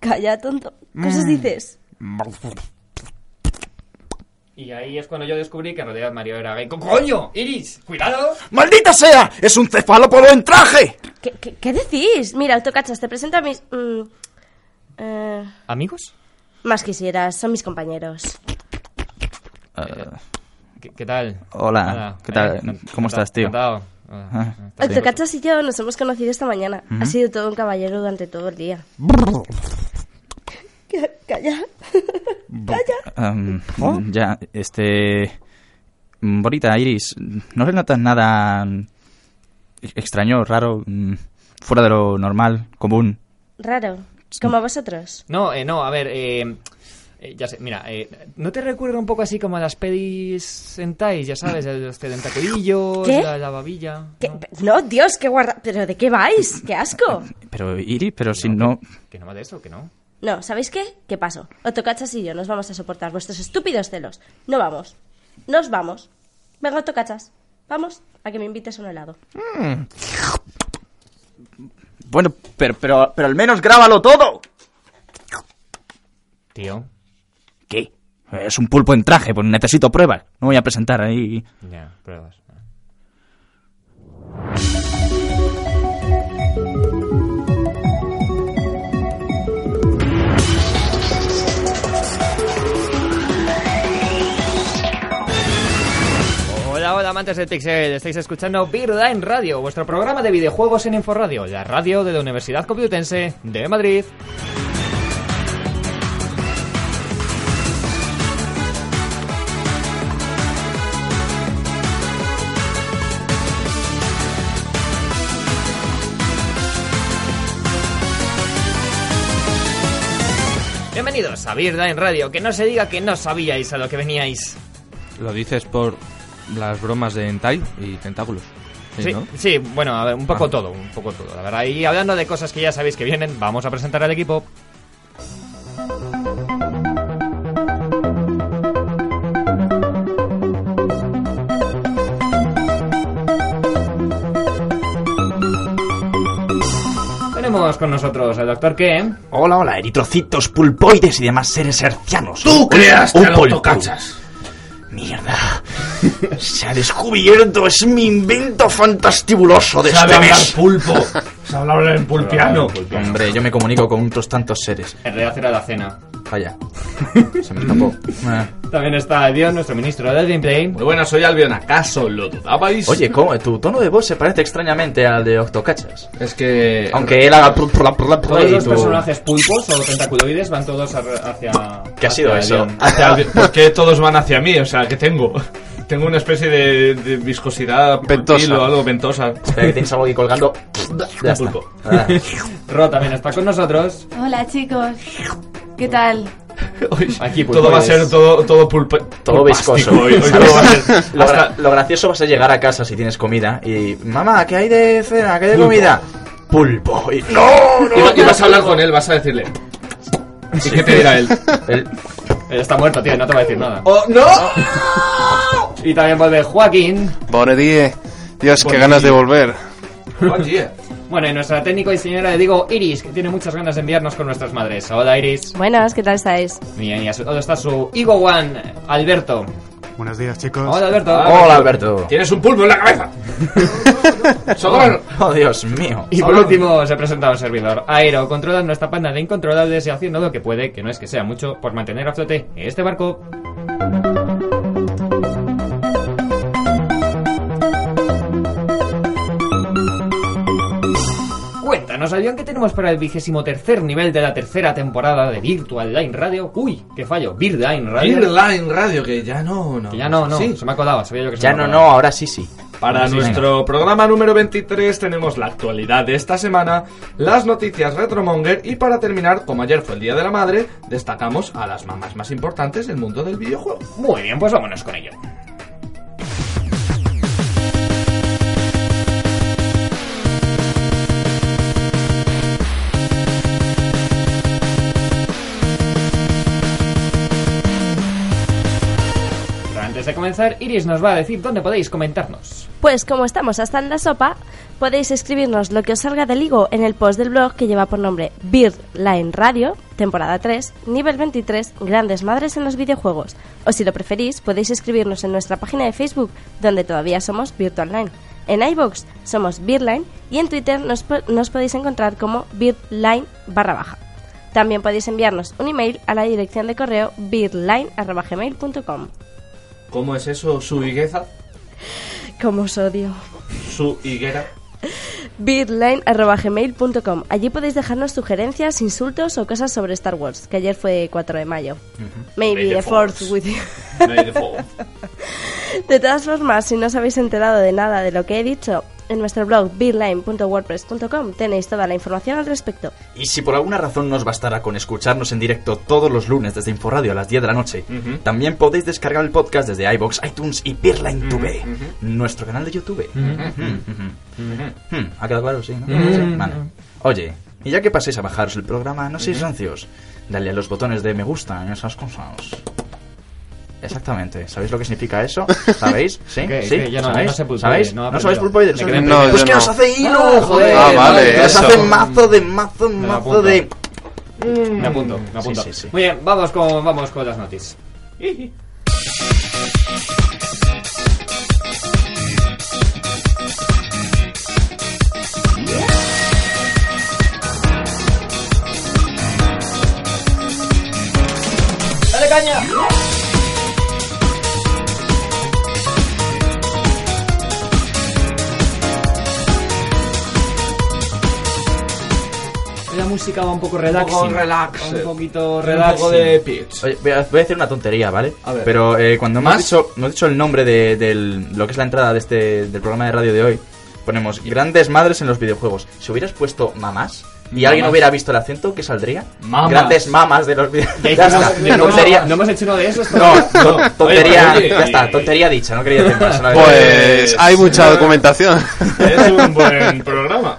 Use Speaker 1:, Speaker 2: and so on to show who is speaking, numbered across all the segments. Speaker 1: Calla, tonto. Cosas dices.
Speaker 2: Y ahí es cuando yo descubrí que en realidad Mario era gay. ¡Co- ¡Coño! ¡Iris! ¡Cuidado!
Speaker 3: ¡Maldita sea! ¡Es un cefalópodo en traje!
Speaker 1: ¿Qué, qué, qué decís? Mira, Autocachas, te presento a mis... mm, eh,
Speaker 2: ¿Amigos?
Speaker 1: más quisieras, son mis compañeros.
Speaker 2: ¿Qué, qué tal? eh,
Speaker 3: Hola, Eh, ¿qué tal? ¿Cómo estás, tío? Ah,
Speaker 2: encantado. Ah, Hola, hola.
Speaker 1: Autocachas y yo nos hemos conocido esta mañana. Ha sido todo un caballero durante todo el día. Ca- Calla.
Speaker 3: Em, Ya, este... mm, Bonita, Iris, ¿no le notas nada mm, extraño, raro, mm, fuera de lo normal, común?
Speaker 1: Raro. Como vosotros.
Speaker 2: No, eh, no, a ver, eh, eh, ya sé, mira, eh, ¿no te recuerda un poco así como a las pedis sentais, ya sabes, el- los tentacuillos,
Speaker 1: ¿Qué?
Speaker 2: la, la babilla?
Speaker 1: ¿Qué?
Speaker 2: ¿no?
Speaker 1: No, Dios, qué guarda... ¿Pero de qué vais? ¡Qué asco!
Speaker 3: Pero, Iris, pero si no...
Speaker 2: Que no va de eso, que no.
Speaker 1: No, ¿sabéis qué? ¿Qué pasó? Otocachas y yo nos vamos a soportar vuestros estúpidos celos. No vamos. Nos vamos. Venga, Otocachas. Vamos a que me invites a un helado.
Speaker 3: Bueno, pero, pero, pero al menos grábalo todo.
Speaker 2: Tío,
Speaker 3: ¿Qué? Es un pulpo en traje, pues necesito pruebas. No voy a presentar ahí...
Speaker 2: ya, pruebas. Hola, hola amantes de Pixel, estáis escuchando Virda en Radio, vuestro programa de videojuegos en Inforradio, la radio de la Universidad Complutense de Madrid. Bienvenidos a Virda en Radio, que no se diga que no sabíais a lo que veníais.
Speaker 4: Lo dices por las bromas de Entai y tentáculos. Sí,
Speaker 2: Sí,
Speaker 4: ¿no?
Speaker 2: sí, bueno, a ver, un poco
Speaker 4: Ah.
Speaker 2: todo, un poco todo, la verdad. Y hablando de cosas que ya sabéis que vienen, vamos a presentar al equipo. Tenemos con nosotros al doctor que...
Speaker 3: Hola, hola, eritrocitos, pulpoides y demás seres hercianos.
Speaker 5: Tú creaste
Speaker 3: un
Speaker 5: al
Speaker 3: pulpo.
Speaker 5: autocachas.
Speaker 3: ¡Mierda! Se ha descubierto, es mi invento fantastibuloso de
Speaker 5: Sabe
Speaker 3: este
Speaker 5: hablar
Speaker 3: mes.
Speaker 5: pulpo. Sabe hablar en pulpiano.
Speaker 4: Hombre, yo me comunico con otros tantos seres.
Speaker 2: En realidad era la cena.
Speaker 4: Vaya. Se me escapó.
Speaker 5: Eh.
Speaker 4: Ah.
Speaker 2: También está Dios, nuestro ministro del gameplay.
Speaker 5: Muy buenas, soy Albion. ¿Acaso lo dudabais?
Speaker 4: Oye, ¿cómo? tu tono de voz se parece extrañamente al de Octocachas.
Speaker 5: es que.
Speaker 4: Aunque él haga... pru- pru- pru- pru-
Speaker 2: Todos
Speaker 4: y
Speaker 2: los
Speaker 4: tú-
Speaker 2: personajes pulpos o tentaculoides van todos a- hacia...
Speaker 4: ¿Qué
Speaker 2: hacia
Speaker 4: ha sido eso?
Speaker 2: Dion.
Speaker 5: Hacia Albion. ¿Por qué todos van hacia mí? O sea, ¿qué tengo? Tengo una especie de, de viscosidad
Speaker 4: Ventosa.
Speaker 5: pulpil o algo ventosa.
Speaker 4: Espera, que tienes algo aquí colgando. Ya está.
Speaker 5: pulpo.
Speaker 4: Ah.
Speaker 2: Ro también está con nosotros.
Speaker 6: Hola chicos, ¿qué tal?
Speaker 5: Hoy
Speaker 2: Aquí,
Speaker 5: todo va a
Speaker 2: pulpoides.
Speaker 5: ser todo, todo pulpo.
Speaker 4: Todo
Speaker 5: pulpástico
Speaker 4: viscoso.
Speaker 5: Hoy, hoy todo va a ser.
Speaker 4: Lo, gra-
Speaker 5: Hasta,
Speaker 4: lo gracioso va a ser llegar a casa si tienes comida y... Mamá, ¿qué hay de cena? ¿Qué hay de comida? Pulpo. Y- ¡No! no.
Speaker 5: y, y vas a hablar con él, vas a decirle. ¿Y qué te dirá él?
Speaker 4: El-
Speaker 2: Él está muerto, tío, no te va a decir nada.
Speaker 5: ¡Oh, no!
Speaker 2: Y también vuelve Joaquín.
Speaker 7: Bone die. eh. Dios, qué
Speaker 5: Bone
Speaker 7: ganas de
Speaker 5: die.
Speaker 7: volver.
Speaker 5: Oh, yeah.
Speaker 2: Bueno, y nuestra técnico y señora de Digo, Iris, que tiene muchas ganas de enviarnos con nuestras madres. Hola, Iris.
Speaker 1: Buenas, ¿qué tal estáis?
Speaker 2: Bien, y a su- ¿dónde está su Igo One, Alberto?
Speaker 7: Buenos días, chicos.
Speaker 2: Hola, Alberto.
Speaker 4: Hola, Alberto.
Speaker 5: Tienes un pulpo en la cabeza. Socorro.
Speaker 4: Oh, Dios mío.
Speaker 2: Y por último se presenta un servidor. Aero, controla nuestra panda de incontrolables y haciendo lo que puede, que no es que sea mucho, por mantener a flote este barco. Cuéntanos, Adrián, ¿qué tenemos para el vigésimo tercer nivel de la tercera temporada de Virtual Line Radio? Uy, qué fallo, Virtual Line Radio.
Speaker 5: Beerline Radio, que ya no, no.
Speaker 2: Que ya no, no,
Speaker 5: Sí.
Speaker 2: se me ha colado, sabía yo que se
Speaker 4: Ya
Speaker 2: me ha
Speaker 4: no, no,
Speaker 2: colado.
Speaker 4: ahora sí, sí.
Speaker 5: Para nuestro programa número 23 tenemos la actualidad de esta semana, las noticias Retromonger y para terminar, como ayer fue el Día de la Madre, destacamos a las mamás más importantes del mundo del videojuego.
Speaker 2: Muy bien, pues vámonos con ello. Pero Antes de comenzar, Iris nos va a decir dónde podéis comentarnos.
Speaker 1: Pues como estamos hasta en la sopa, Podéis escribirnos lo que os salga del higo en el post del blog que lleva por nombre Beard Line Radio, temporada 3, nivel 23, Grandes Madres en los Videojuegos. O si lo preferís, podéis escribirnos en nuestra página de Facebook, donde todavía somos Beard Online. En iBox somos Beardline y en Twitter nos, po- nos podéis encontrar como Beardline barra baja. También podéis enviarnos un email a la dirección de correo beardline.gmail.com.
Speaker 5: ¿Cómo es eso? ¿Su higueza?
Speaker 1: Como os odio.
Speaker 5: ¿Su higuera?
Speaker 1: beardline.gmail.com. Allí podéis dejarnos sugerencias, insultos o cosas sobre Star Wars, que ayer fue 4 de mayo. Maybe
Speaker 5: May the
Speaker 1: the fourth
Speaker 5: force.
Speaker 1: with you.
Speaker 5: May the fourth.
Speaker 1: De todas formas, si no os habéis enterado de nada de lo que he dicho, en nuestro blog beardline.wordpress.com tenéis toda la información al respecto.
Speaker 4: Y si por alguna razón no os bastara con escucharnos en directo todos los lunes desde Inforadio a las 10 de la noche,
Speaker 5: Ujú.
Speaker 4: también podéis descargar el podcast desde iBox, iTunes y Beerline TV, nuestro canal de YouTube. Ujú, ujú. Hmm, ¿Ha quedado claro? Sí, ¿no? Sí, vale. Oye, y ya que paséis a bajaros el programa, no seáis rancios. Dale a los botones de me gusta en esas cosas. Exactamente. ¿Sabéis lo que significa eso? ¿Sabéis? ¿Sí?
Speaker 2: ¿Qué?
Speaker 4: ¿Sí?
Speaker 2: ¿Qué? Yo no-
Speaker 4: ¿Sabéis?
Speaker 2: no sé Pulpoide,
Speaker 4: ¿Sabéis?
Speaker 2: no he
Speaker 4: ¿No sabéis
Speaker 2: aprendido.
Speaker 4: Pulpoide?
Speaker 2: Me quedé en
Speaker 7: No,
Speaker 4: Pues
Speaker 7: yo
Speaker 4: que
Speaker 7: no.
Speaker 4: os hace hilo,
Speaker 2: Ah,
Speaker 4: joder.
Speaker 7: Ah, vale,
Speaker 4: Os
Speaker 7: eso.
Speaker 4: hace mazo de mazo,
Speaker 5: Me lo
Speaker 4: mazo
Speaker 5: apunto.
Speaker 4: de...
Speaker 2: Me apunto, me apunto.
Speaker 4: sí, sí.
Speaker 2: Muy bien, vamos con, vamos con las noticias. ¡Dale caña! La música va un poco relax.
Speaker 5: poco relax.
Speaker 2: Un poquito relax.
Speaker 5: Un poco de pitch.
Speaker 4: Oye, voy a, voy a decir una tontería, ¿vale?
Speaker 5: A ver.
Speaker 4: Pero eh, cuando hemos
Speaker 5: ¿Más?
Speaker 4: dicho, no he dicho el nombre de del- lo que es la entrada de este, del programa de radio de hoy, ponemos grandes madres en los videojuegos. Si hubieras puesto mamás y alguien
Speaker 5: Mamás.
Speaker 4: hubiera visto el acento, ¿qué saldría?
Speaker 5: Mamás.
Speaker 4: Grandes mamas de los videojuegos. Ya está,
Speaker 2: no, no,
Speaker 4: tontería.
Speaker 2: no hemos hecho uno de esos.
Speaker 4: No, to-
Speaker 5: Oye,
Speaker 4: tontería,
Speaker 5: oye,
Speaker 4: ya está,
Speaker 5: y-
Speaker 4: tontería dicha, no quería decir más. no la había-
Speaker 7: Pues hay mucha documentación.
Speaker 5: Es un buen programa.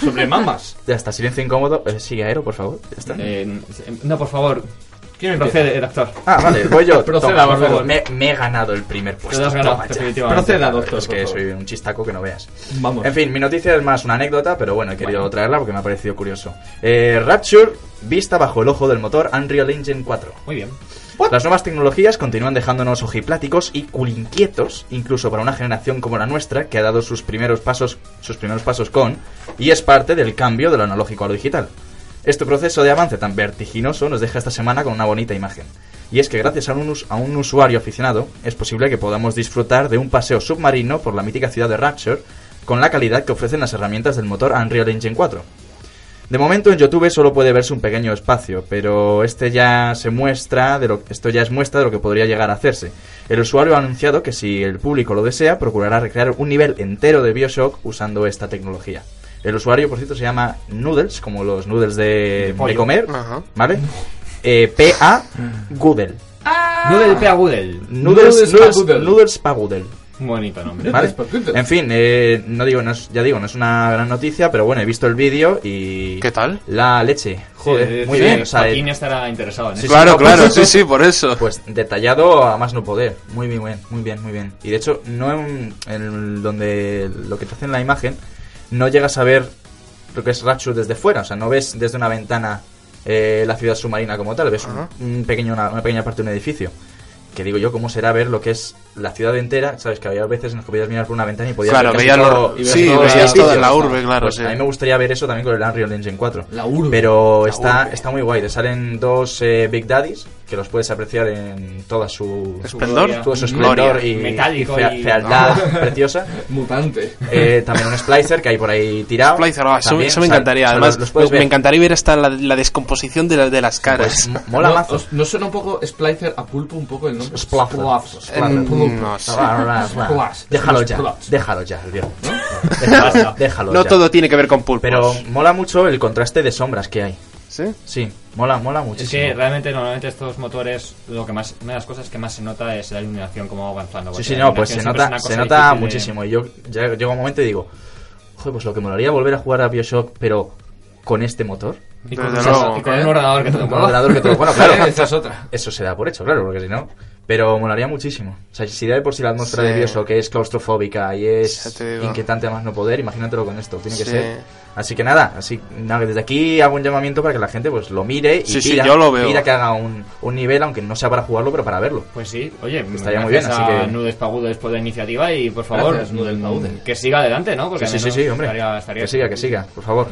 Speaker 5: Sobre mamas.
Speaker 4: Ya está, silencio incómodo. Eh, sigue Aero, por favor. Ya está.
Speaker 2: Eh, no, por favor,
Speaker 5: ¿Quién empieza?
Speaker 2: procede, doctor.
Speaker 4: Ah, vale, voy yo.
Speaker 5: Proceda,
Speaker 4: Toma,
Speaker 5: por favor.
Speaker 4: Me, me he ganado el primer puesto.
Speaker 2: Te lo has ganado,
Speaker 4: Toma ya.
Speaker 2: definitivamente.
Speaker 5: Proceda, doctor,
Speaker 4: Es
Speaker 5: pues por
Speaker 4: que
Speaker 5: favor.
Speaker 4: soy un chistaco que no veas.
Speaker 5: Vamos.
Speaker 4: En fin, mi noticia es más una anécdota, pero bueno, he querido traerla porque me ha parecido curioso. Eh, Rapture, vista bajo el ojo del motor Unreal Engine 4.
Speaker 2: Muy bien.
Speaker 4: Las nuevas tecnologías continúan dejándonos ojipláticos y culinquietos, incluso para una generación como la nuestra, que ha dado sus primeros pasos, sus primeros pasos con, y es parte del cambio de lo analógico a lo digital. Este proceso de avance tan vertiginoso nos deja esta semana con una bonita imagen. Y es que gracias a un, us- a un usuario aficionado es posible que podamos disfrutar de un paseo submarino por la mítica ciudad de Rapture con la calidad que ofrecen las herramientas del motor Unreal Engine 4. De momento en YouTube solo puede verse un pequeño espacio, pero este ya se muestra de lo, esto ya es muestra de lo que podría llegar a hacerse. El usuario ha anunciado que si el público lo desea, procurará recrear un nivel entero de Bioshock usando esta tecnología. El usuario, por cierto, se llama Noodles, como los noodles de, de comer,
Speaker 7: Ajá.
Speaker 4: ¿vale? Eh, P.A. Goodle.
Speaker 2: Noodle Pea Goodle.
Speaker 4: Noodles,
Speaker 5: Noodles pa
Speaker 4: noodles,
Speaker 5: Goodle.
Speaker 4: noodles pa Goodle.
Speaker 2: Bonito nombre.
Speaker 4: ¿Vale?
Speaker 5: Noodles pa Goodle.
Speaker 4: En fin, eh, no digo, no es- ya digo, no es una gran noticia, pero bueno, he visto el vídeo y...
Speaker 7: ¿Qué tal?
Speaker 4: La leche, joder,
Speaker 2: Sí,
Speaker 4: muy
Speaker 2: sí,
Speaker 4: bien. O sea,
Speaker 2: Joaquín
Speaker 4: eh,
Speaker 2: estará interesado en eso.
Speaker 7: Claro,
Speaker 4: no,
Speaker 7: claro,
Speaker 4: pues
Speaker 7: sí,
Speaker 4: eso-
Speaker 7: sí, por eso.
Speaker 4: pues detallado a más no poder. Muy bien, muy bien, muy bien, muy bien. Y de hecho, no en, en donde lo que te hacen la imagen, no llegas a ver lo que es Rapture desde fuera. O sea, no ves desde una ventana eh, la ciudad submarina como tal, ves un-
Speaker 7: Ajá.
Speaker 4: un, pequeño, una, una pequeña parte de un edificio. Que digo yo, ¿cómo será ver lo que es la ciudad entera? Sabes que había veces en las que podías mirar por una ventana y podías
Speaker 7: Claro,
Speaker 4: ver casi
Speaker 7: veías
Speaker 4: todo-
Speaker 7: lo-
Speaker 4: y ver
Speaker 7: sí,
Speaker 4: todo el
Speaker 7: veías
Speaker 4: edificio.
Speaker 7: toda la urbe, claro,
Speaker 4: Pues
Speaker 7: sí.
Speaker 4: A mí me gustaría ver eso también con el Unreal Engine 4.
Speaker 5: La urbe.
Speaker 4: Pero está,
Speaker 7: urbe.
Speaker 4: está muy guay. Te salen dos eh, Big Daddies que los puedes apreciar en toda su,
Speaker 7: Esplendor.
Speaker 4: todo su
Speaker 7: Gloria. Ah.
Speaker 4: esplendor y,
Speaker 2: Metálico
Speaker 4: y fea-
Speaker 2: y-
Speaker 4: fealdad preciosa.
Speaker 5: Mutante.
Speaker 4: Eh, también un slicer que hay por ahí tirado.
Speaker 7: Splicer, ah, eso,
Speaker 4: También,
Speaker 7: eso me
Speaker 4: o sea,
Speaker 7: encantaría.
Speaker 4: o sea,
Speaker 7: Además,
Speaker 4: los puedes
Speaker 7: me
Speaker 4: ver.
Speaker 7: encantaría ver hasta la, la descomposición de, la- de las caras.
Speaker 4: Pues, mo- mola
Speaker 5: no,
Speaker 4: mazo.
Speaker 5: os- ¿No suena un poco Splicer a Pulpo un poco el nombre?
Speaker 4: Splatter.
Speaker 5: Splaf-
Speaker 7: Mm,
Speaker 5: Splatter. Pulpo.
Speaker 7: no sé.
Speaker 5: Splash.
Speaker 4: Déjalo ya,
Speaker 5: Splash.
Speaker 4: déjalo ya, Albiol. Déjalo, déjalo
Speaker 7: No
Speaker 4: ya.
Speaker 7: todo tiene que ver con pulpos.
Speaker 4: Pero pues, mola mucho el contraste de sombras que hay.
Speaker 7: ¿Sí?
Speaker 4: Sí, mola, mola
Speaker 2: Es
Speaker 4: muchísimo.
Speaker 2: que realmente normalmente estos motores lo que más una de las cosas que más se nota es la iluminación como va avanzando.
Speaker 4: Sí,
Speaker 2: porque
Speaker 4: sí,
Speaker 2: la
Speaker 4: no, pues se
Speaker 2: iluminación siempre es
Speaker 4: nota,
Speaker 2: una
Speaker 4: se
Speaker 2: cosa
Speaker 4: nota
Speaker 2: difícil de-
Speaker 4: muchísimo. Y yo ya llego a un momento y digo, joder, pues lo que me molaría volver a jugar a Bioshock, pero con este motor.
Speaker 2: Y con,
Speaker 7: Desde
Speaker 2: un-
Speaker 7: luego.
Speaker 2: y con un ordenador que te lo
Speaker 4: Con
Speaker 2: mueva.
Speaker 4: un ordenador que todo. Bueno, claro,
Speaker 5: Esa es otra.
Speaker 4: eso se da por hecho, claro, porque si no. Pero molaría muchísimo. O sea, si da de por sí la atmósfera
Speaker 7: Sí.
Speaker 4: de Bioshock que es claustrofóbica y
Speaker 7: Ya
Speaker 4: es
Speaker 7: te digo.
Speaker 4: inquietante a más no poder, imagínatelo con esto, tiene que
Speaker 7: Sí.
Speaker 4: ser. Así que nada, así nada, desde aquí hago un llamamiento para que la gente pues lo mire y
Speaker 7: Sí, sí,
Speaker 4: pida,
Speaker 7: yo lo veo.
Speaker 4: pida que haga un, un nivel, aunque no sea para jugarlo, pero para verlo.
Speaker 2: Pues sí, oye,
Speaker 4: Estaría muy bien,
Speaker 2: gracias
Speaker 4: así
Speaker 2: a
Speaker 4: que-
Speaker 2: Nudes Pagudes por la iniciativa y por favor,
Speaker 5: Gracias, Nudes Pagudes.
Speaker 2: mm, que siga adelante, ¿no? Porque
Speaker 4: Sí, sí,
Speaker 2: al
Speaker 4: sí,
Speaker 2: menos
Speaker 4: sí, hombre.
Speaker 2: Estaría, estaría-
Speaker 4: Que siga, que siga, por favor.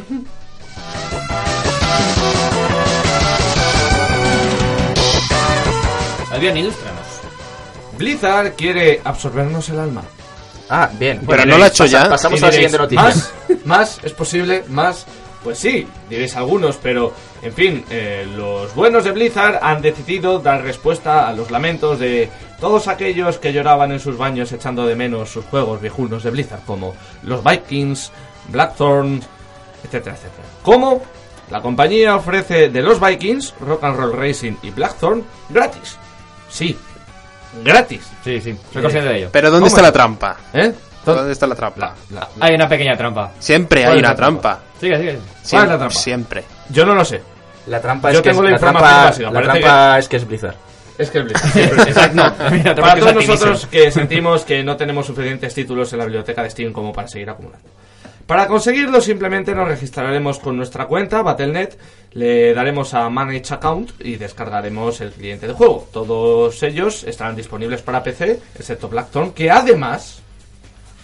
Speaker 2: Adrián, ilústranos.
Speaker 5: Blizzard quiere absorbernos el alma.
Speaker 4: Ah, bien.
Speaker 7: Pero
Speaker 4: Y
Speaker 7: no lo ha hecho
Speaker 4: pasa-
Speaker 7: ya.
Speaker 4: Pasamos
Speaker 5: Y
Speaker 4: a la
Speaker 5: diréis,
Speaker 4: siguiente noticia.
Speaker 5: Más, más, es posible, más. Pues sí, diréis algunos, pero en fin, eh, los buenos de Blizzard han decidido dar respuesta a los lamentos de todos aquellos que lloraban en sus baños echando de menos sus juegos viejunos de Blizzard, como los Vikings, Blackthorn, etcétera, etcétera. Como la compañía ofrece de los Vikings, Rock and Roll Racing y Blackthorn gratis. Sí, gratis.
Speaker 2: Sí, sí, soy consciente de ello.
Speaker 7: Pero ¿dónde está la trampa?
Speaker 5: ¿Eh?
Speaker 7: ¿Dónde está la trampa?
Speaker 5: La- la- la-
Speaker 2: Hay una pequeña trampa.
Speaker 7: Siempre hay
Speaker 5: ¿Cuál es
Speaker 7: una
Speaker 5: la trampa?
Speaker 7: trampa.
Speaker 2: Sigue, sigue.
Speaker 5: ¿Cuál es la
Speaker 7: Siem-
Speaker 5: trampa?
Speaker 7: Siempre.
Speaker 5: Yo no lo sé.
Speaker 4: La trampa
Speaker 5: Yo
Speaker 4: es que es,
Speaker 5: tengo la
Speaker 4: la
Speaker 5: información
Speaker 4: trampa,
Speaker 5: básica,
Speaker 4: la
Speaker 5: parece
Speaker 4: trampa es que es Blizzard.
Speaker 5: Es que el Blizzard. siempre-
Speaker 2: Exacto. Mira,
Speaker 5: Para todos
Speaker 2: es
Speaker 5: nosotros
Speaker 2: Activision.
Speaker 5: que sentimos que no tenemos suficientes títulos en la biblioteca de Steam como para seguir acumulando. Para conseguirlo simplemente nos registraremos con nuestra cuenta Battle.net, le daremos a Manage Account y descargaremos el cliente de juego. Todos ellos estarán disponibles para PC, excepto Blackthorn, que además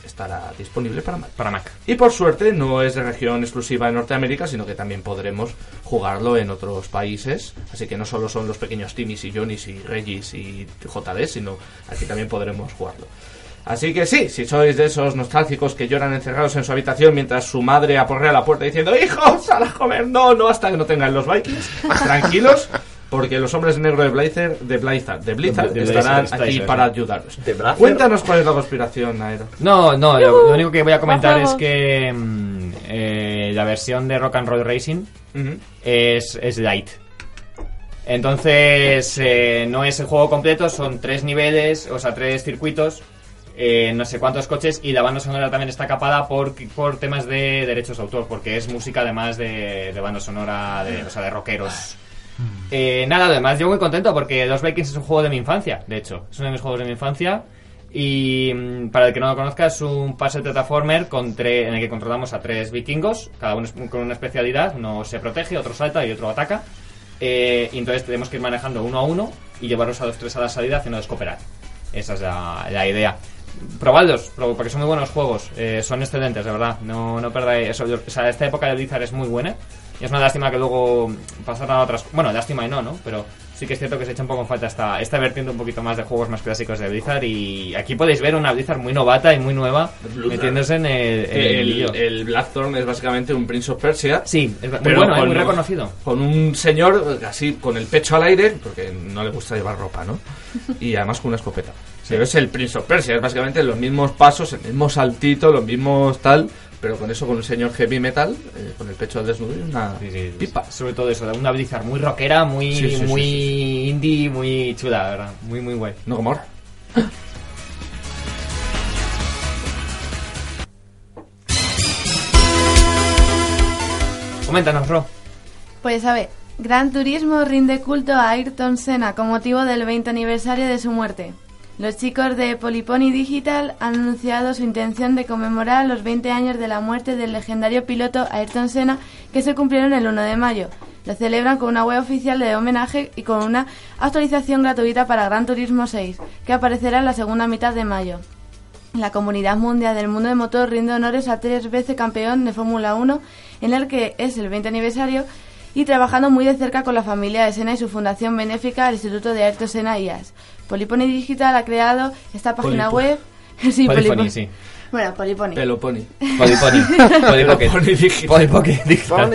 Speaker 5: estará disponible para Mac.
Speaker 2: Para Mac.
Speaker 5: Y por suerte no es de región exclusiva de Norteamérica, sino que también podremos jugarlo en otros países. Así que no solo son los pequeños Timmys y Johnny's y Regis y JD, sino aquí también podremos jugarlo. Así que sí, si sois de esos nostálgicos que lloran encerrados en su habitación mientras su madre aporrea la puerta diciendo ¡Hijos, a la comer! No, no, hasta que no tengan los Vikings. Tranquilos, porque los hombres negros de Blizzard, de Blizzard, de Blizzard
Speaker 2: De Blizzard,
Speaker 5: estarán
Speaker 2: estáis
Speaker 5: aquí
Speaker 2: ahí.
Speaker 5: para ayudaros.
Speaker 4: De Blizzard.
Speaker 5: Cuéntanos cuál es la conspiración, Naero.
Speaker 2: No, no, lo, lo único que voy a comentar
Speaker 1: Vamos.
Speaker 2: es que mm, eh, la versión de Rock and Roll Racing es, es light. Entonces, eh, no es el juego completo, son tres niveles, o sea, tres circuitos, eh, no sé cuántos coches, y la banda sonora también está capada por, por temas de derechos de autor, porque es música además de, de banda sonora, de, o sea, de rockeros. Eh, nada, además, yo muy contento porque Los Vikings es un juego de mi infancia, de hecho, es uno de mis juegos de mi infancia. Y mm, para el que no lo conozca, es un pase plataformer con tre- en el que controlamos a tres vikingos, cada uno es- mm, con una especialidad, uno se protege, otro salta y otro ataca. Eh, y entonces tenemos que ir manejando uno a uno y llevarlos a los tres a la salida haciéndoles cooperar. Esa es la, la idea. Probadlos, prob- porque son muy buenos juegos, eh, son excelentes, de verdad. No, no perdáis eso. yo- O sea, esta época de Blizzard es muy buena. Y es una lástima que luego pasaran a otras. Bueno, lástima y no, ¿no? Pero sí que es cierto que se echa un poco en falta esta, esta vertiente un poquito más de juegos más clásicos de Blizzard. Y aquí podéis ver una Blizzard muy novata y muy nueva
Speaker 5: Blizzard.
Speaker 2: metiéndose en el. en el
Speaker 5: El,
Speaker 2: lío.
Speaker 5: el Blackthorn es básicamente un Prince of Persia.
Speaker 2: Sí, es muy bueno, eh,
Speaker 5: con
Speaker 2: muy
Speaker 5: un-
Speaker 2: reconocido.
Speaker 5: Con un señor eh, así, con el pecho al aire, porque no le gusta llevar ropa, ¿no? Y además con una escopeta. Pero es el Prince of Persia, es básicamente los mismos pasos, el mismo saltito, los mismos tal, pero con eso, con un señor heavy metal, eh, con el pecho al desnudo y una
Speaker 2: Sí, sí,
Speaker 5: pipa.
Speaker 2: Sobre todo eso, una Blizzard muy rockera, muy,
Speaker 5: Sí, sí, sí,
Speaker 2: muy
Speaker 5: sí,
Speaker 2: indie, muy chula, la verdad. Muy, muy guay.
Speaker 5: No como ahora.
Speaker 2: Coméntanos, Ro.
Speaker 6: Pues a ver, Gran Turismo rinde culto a Ayrton Senna con motivo del 20 aniversario de su muerte. Los chicos de Polypony Digital han anunciado su intención de conmemorar los 20 años de la muerte del legendario piloto Ayrton Senna que se cumplieron el 1 de mayo. Lo celebran con una web oficial de homenaje y con una actualización gratuita para Gran Turismo 6, que aparecerá en la segunda mitad de mayo. La comunidad mundial del mundo de motor rinde honores a tres veces campeón de Fórmula 1, en el que es el 20 aniversario, y trabajando muy de cerca con la familia de Sena y su fundación benéfica, el Instituto de Ayrton Sena IAS. Polipony Digital ha creado esta página
Speaker 5: Polipo-
Speaker 6: web. sí,
Speaker 2: Polipony,
Speaker 6: Polipo-
Speaker 2: sí.
Speaker 6: Bueno, Polipony.
Speaker 5: Pelopony.
Speaker 2: Polipony.
Speaker 5: Polipony digital.
Speaker 2: Polipocket digital.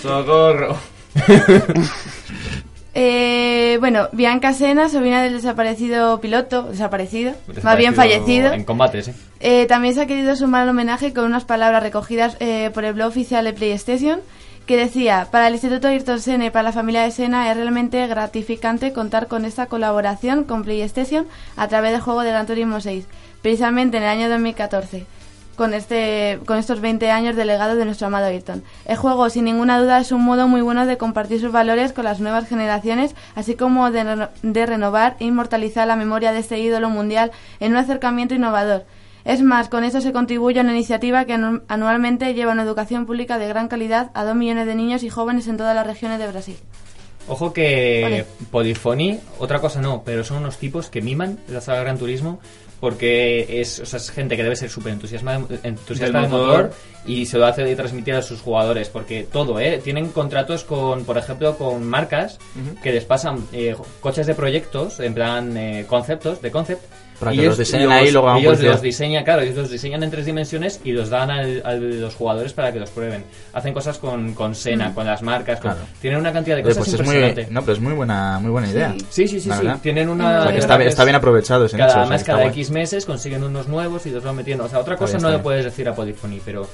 Speaker 5: Socorro.
Speaker 6: Eh, bueno, Bianca Sena, sobrina del desaparecido piloto, desaparecido, más bien fallecido.
Speaker 2: En combate, sí.
Speaker 6: Eh, también se ha querido sumar al homenaje con unas palabras recogidas eh, por el blog oficial de PlayStation que decía, para el Instituto Ayrton Senna y para la familia de Senna es realmente gratificante contar con esta colaboración con PlayStation a través del juego de Gran Turismo 6, precisamente en el año 2014. con, este, con estos 20 años de legado de nuestro amado Ayrton. El juego, sin ninguna duda, es un modo muy bueno de compartir sus valores con las nuevas generaciones, así como de, reno- de renovar e inmortalizar la memoria de este ídolo mundial en un acercamiento innovador. Es más, con esto se contribuye a una iniciativa que anu- anualmente lleva una educación pública de gran calidad a dos millones de niños y jóvenes en todas las regiones de Brasil.
Speaker 2: Ojo que
Speaker 6: Ole.
Speaker 2: Polifony, otra cosa no, pero son unos tipos que miman la saga Gran Turismo porque es, o sea, es gente que debe ser súper entusiasma- entusiasta
Speaker 5: Del
Speaker 2: del
Speaker 5: motor.
Speaker 2: motor. y se lo hace de transmitir a sus jugadores porque todo, ¿eh? Tienen contratos con, por ejemplo, con marcas que les pasan eh, coches de proyectos, en plan eh, conceptos, de concept.
Speaker 4: Para
Speaker 2: y
Speaker 4: que los diseñen ahí y luego hagan
Speaker 2: ellos
Speaker 4: publicidad.
Speaker 2: los diseñan, claro, ellos los diseñan en tres dimensiones y los dan al- a los jugadores para que los prueben. Hacen cosas con, con Sena, con las marcas, con-
Speaker 4: Claro.
Speaker 2: tienen una cantidad de
Speaker 4: Oye,
Speaker 2: cosas
Speaker 4: pues es muy,
Speaker 2: impresionante.
Speaker 4: no, pero es muy buena, muy buena idea.
Speaker 2: Sí, sí, sí,
Speaker 4: La
Speaker 2: sí.
Speaker 4: verdad.
Speaker 2: Tienen una.
Speaker 4: O sea, que
Speaker 2: de
Speaker 4: está,
Speaker 2: verdad
Speaker 4: bien- está
Speaker 2: es-
Speaker 4: bien aprovechado ese
Speaker 2: Cada,
Speaker 4: nicho, o sea,
Speaker 2: además,
Speaker 4: que está
Speaker 2: cada
Speaker 4: guay.
Speaker 2: X meses consiguen unos nuevos y los van metiendo. O sea, otra
Speaker 4: Está
Speaker 2: cosa
Speaker 4: bien,
Speaker 2: no
Speaker 4: está
Speaker 2: le
Speaker 4: bien.
Speaker 2: puedes decir a Polyphony, pero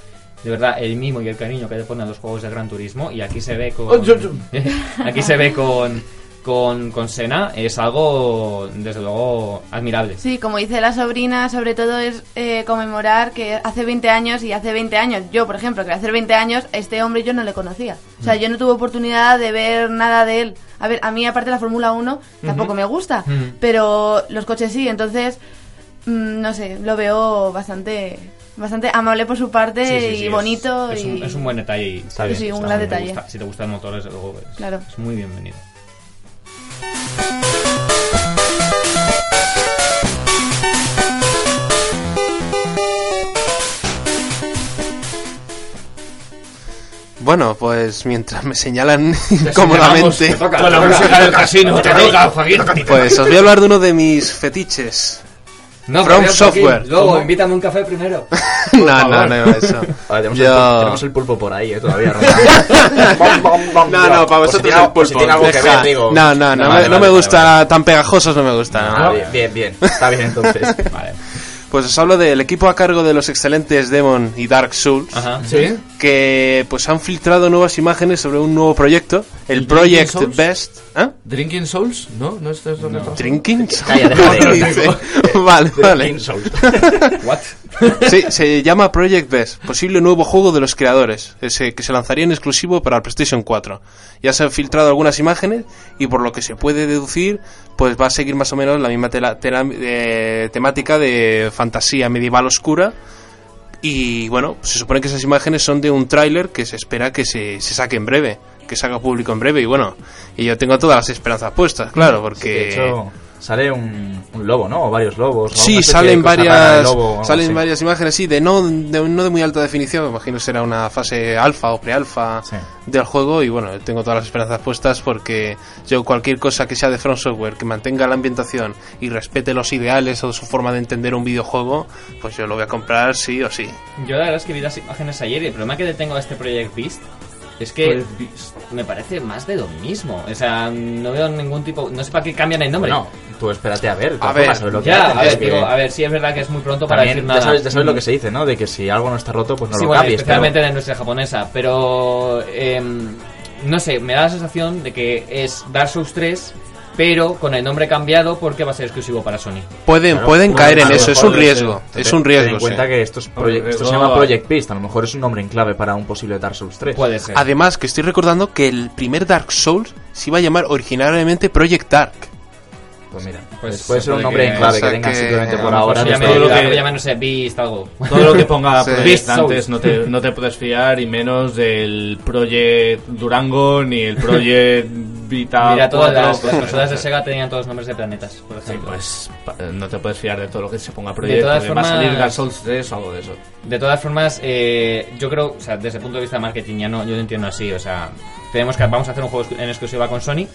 Speaker 2: de verdad, el mimo y el cariño que le ponen a los juegos de Gran Turismo, y aquí se ve con.
Speaker 5: Oh, yo- yo.
Speaker 2: aquí se ve con. Con, con Sena es algo, desde luego, admirable.
Speaker 6: Sí, como dice la sobrina, sobre todo es eh, conmemorar que hace 20 años y hace 20 años, yo por ejemplo, que hace 20 años este hombre yo no le conocía. O
Speaker 2: Mm.
Speaker 6: sea, yo no tuve oportunidad de ver nada de él. A ver, a mí aparte la Fórmula 1 tampoco me gusta,
Speaker 2: Ujú.
Speaker 6: pero los coches sí, entonces, mm, no sé, lo veo bastante bastante amable por su parte
Speaker 2: Sí, sí, sí,
Speaker 6: y
Speaker 2: es-
Speaker 6: bonito.
Speaker 2: Es,
Speaker 6: y...
Speaker 2: un, es un buen detalle. y está
Speaker 6: Sí,
Speaker 2: bien,
Speaker 6: sí, un
Speaker 2: está bien,
Speaker 6: gran
Speaker 2: te
Speaker 6: detalle.
Speaker 2: gusta. si te gusta el motor, desde luego, es,
Speaker 6: Claro.
Speaker 2: es muy bienvenido.
Speaker 7: Bueno, pues mientras me señalan
Speaker 5: Te señalamos,
Speaker 7: incómodamente,
Speaker 5: te toca, Con la música del casino, te toca, Joaquín.
Speaker 7: pues os voy a hablar de uno de mis fetiches.
Speaker 2: No,
Speaker 7: From pero, Joaquín, Software.
Speaker 2: Luego, invítame un café primero.
Speaker 7: No, no, no iba a eso.
Speaker 4: A ver, tenemos, el,
Speaker 7: Yo...
Speaker 4: tenemos el pulpo por ahí, eh, todavía.
Speaker 7: No, no, para vosotros el pulpo.
Speaker 4: Pues tiene algo que
Speaker 7: Deja.
Speaker 4: ver, digo.
Speaker 7: No, no, no, me,
Speaker 4: vale,
Speaker 7: no me
Speaker 4: vale,
Speaker 7: gusta
Speaker 4: vale,
Speaker 7: tan pegajosos, no me gusta.
Speaker 4: vale.
Speaker 7: no.
Speaker 4: Ah, bien, bien, bien. Está bien entonces.
Speaker 2: vale.
Speaker 7: Pues os hablo del equipo a cargo de los excelentes Demon y Dark Souls,
Speaker 2: Ajá.
Speaker 5: Sí.
Speaker 7: que pues han filtrado nuevas imágenes sobre un nuevo proyecto, el,
Speaker 5: ¿El
Speaker 7: Project
Speaker 5: Demon Souls?
Speaker 7: Best. ¿Eh?
Speaker 5: ¿Drinking Souls? ¿No? ¿No esto es lo que pasa?
Speaker 7: ¿Drinking?
Speaker 4: Calla, deja de-
Speaker 7: Dice. Vale,
Speaker 4: de
Speaker 7: vale.
Speaker 4: King Soul.
Speaker 2: What?
Speaker 7: Sí, se llama Project Best, posible nuevo juego de los creadores, ese que se lanzaría en exclusivo para el PlayStation 4. Ya se han filtrado algunas imágenes y por lo que se puede deducir, pues va a seguir más o menos la misma tela- tela- eh, temática de fantasía medieval oscura. Y bueno, se supone que esas imágenes son de un tráiler que se espera que se, se saque en breve, que se haga público en breve. Y bueno, y yo tengo todas las esperanzas puestas, claro, porque...
Speaker 4: De hecho, sale un, un lobo, ¿no? O varios lobos. o una especie
Speaker 7: Sí,
Speaker 4: de
Speaker 7: salen
Speaker 4: cosa rara de
Speaker 7: varias,
Speaker 4: lobo o algo
Speaker 7: salen
Speaker 4: así.
Speaker 7: varias imágenes, sí, de no, de no de muy alta definición, me imagino será una fase alfa o prealfa
Speaker 4: Sí.
Speaker 7: del juego y bueno, tengo todas las esperanzas puestas porque yo cualquier cosa que sea de Front Software, que mantenga la ambientación y respete los ideales o su forma de entender un videojuego, pues yo lo voy a comprar sí o sí.
Speaker 2: Yo la verdad es que vi las imágenes ayer y el problema que le tengo a este Project Beast es que
Speaker 5: Project Beast.
Speaker 2: me parece más de lo mismo. O sea, no veo ningún tipo... No sé para qué cambian el nombre.
Speaker 4: Bueno, tú espérate a ver.
Speaker 7: A
Speaker 4: tampoco
Speaker 7: ver,
Speaker 4: vas a lo que
Speaker 2: ya,
Speaker 4: hacen,
Speaker 2: a
Speaker 4: es
Speaker 2: ver,
Speaker 4: que
Speaker 2: digo, a ver, sí es verdad que es muy pronto para
Speaker 4: También,
Speaker 2: decir nada.
Speaker 4: ya sabes, ya sabes lo que se dice, ¿no? De que si algo no está roto, pues no
Speaker 2: Sí,
Speaker 4: lo
Speaker 2: bueno,
Speaker 4: cambies. pero-
Speaker 2: especialmente en la industria japonesa. Pero, em, no sé, me da la sensación de que es Dark Souls 3, pero con el nombre cambiado porque va a ser exclusivo para Sony.
Speaker 7: Pueden,
Speaker 4: Claro,
Speaker 7: pueden
Speaker 4: bueno,
Speaker 7: caer
Speaker 4: a
Speaker 7: en
Speaker 4: lo
Speaker 7: eso, es
Speaker 4: mejor
Speaker 7: un riesgo,
Speaker 4: te-
Speaker 7: es
Speaker 4: te-
Speaker 7: un
Speaker 4: eh, Ten en
Speaker 7: riesgo. sí.
Speaker 4: cuenta que esto, es proye-
Speaker 5: Hombre,
Speaker 4: esto se
Speaker 5: no,
Speaker 4: llama
Speaker 5: va.
Speaker 4: Project Beast, a lo mejor es un nombre en clave para un posible Dark Souls 3.
Speaker 2: Puede ser.
Speaker 7: Además, que estoy recordando que el primer Dark Souls se iba a llamar originalmente Project Dark.
Speaker 4: Pues mira,
Speaker 2: Pues
Speaker 4: puede ser un
Speaker 2: puede
Speaker 4: nombre
Speaker 2: que-
Speaker 4: en clave
Speaker 7: o sea
Speaker 4: que tengan
Speaker 7: que
Speaker 4: simplemente
Speaker 7: a
Speaker 4: por
Speaker 7: lo mejor
Speaker 4: ahora.
Speaker 2: Pues
Speaker 5: se
Speaker 4: desde-
Speaker 2: llame,
Speaker 5: todo lo que-
Speaker 2: lo llame, no sé, Beast, algo.
Speaker 5: Todo lo que ponga
Speaker 7: Sí.
Speaker 5: Project antes
Speaker 2: Souls.
Speaker 5: no te, no te puedes fiar y menos del Project Durango ni el Project Vita.
Speaker 2: Mira, todas las, las
Speaker 5: cuatro.
Speaker 2: consolas de Sega tenían todos los nombres de planetas, por
Speaker 5: pues, Sí,
Speaker 2: ejemplo.
Speaker 5: pues pa- no te puedes fiar de todo lo que se ponga Project.
Speaker 2: De todas
Speaker 5: porque Va a
Speaker 2: formas-
Speaker 5: salir Dark Souls 3 o algo de eso.
Speaker 2: De todas formas, eh, yo creo, o sea, desde el punto de vista de marketing ya no, yo lo entiendo así, o sea, tenemos que, vamos a hacer un juego en exclusiva con Sony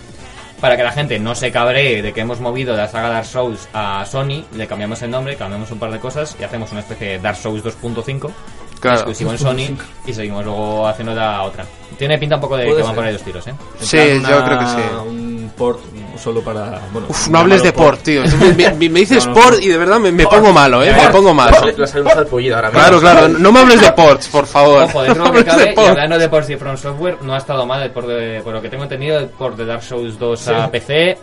Speaker 2: para que la gente no se cabree de que hemos movido la saga Dark Souls a Sony, le cambiamos el nombre, cambiamos un par de cosas y hacemos una especie de Dark Souls 2.5
Speaker 7: Claro.
Speaker 2: exclusivo en Sony y seguimos luego haciendo la otra. Tiene pinta un poco de que
Speaker 5: Puede
Speaker 2: van
Speaker 5: ser.
Speaker 2: por ahí los tiros, ¿eh?
Speaker 5: En
Speaker 7: Sí,
Speaker 5: plan,
Speaker 7: yo creo que sí.
Speaker 5: Un port solo para. Bueno,
Speaker 7: Uf, no hables de
Speaker 5: llamarlo
Speaker 7: port, tío. Me, me- me dices
Speaker 5: No, no,
Speaker 7: port
Speaker 5: no.
Speaker 7: y de verdad me, me pongo malo, ¿eh? Me pongo malo.
Speaker 4: Le- Le sale un salpullido ahora mismo.
Speaker 7: Claro, claro. No me hables de ports, por favor.
Speaker 2: Ojo,
Speaker 7: No
Speaker 2: dentro de lo
Speaker 7: me
Speaker 2: que
Speaker 7: hables de
Speaker 2: cabe, y
Speaker 7: ports.
Speaker 2: hablando de por si From Software, no ha estado mal, el port de- por lo que tengo entendido, el port de Dark Souls 2 a PC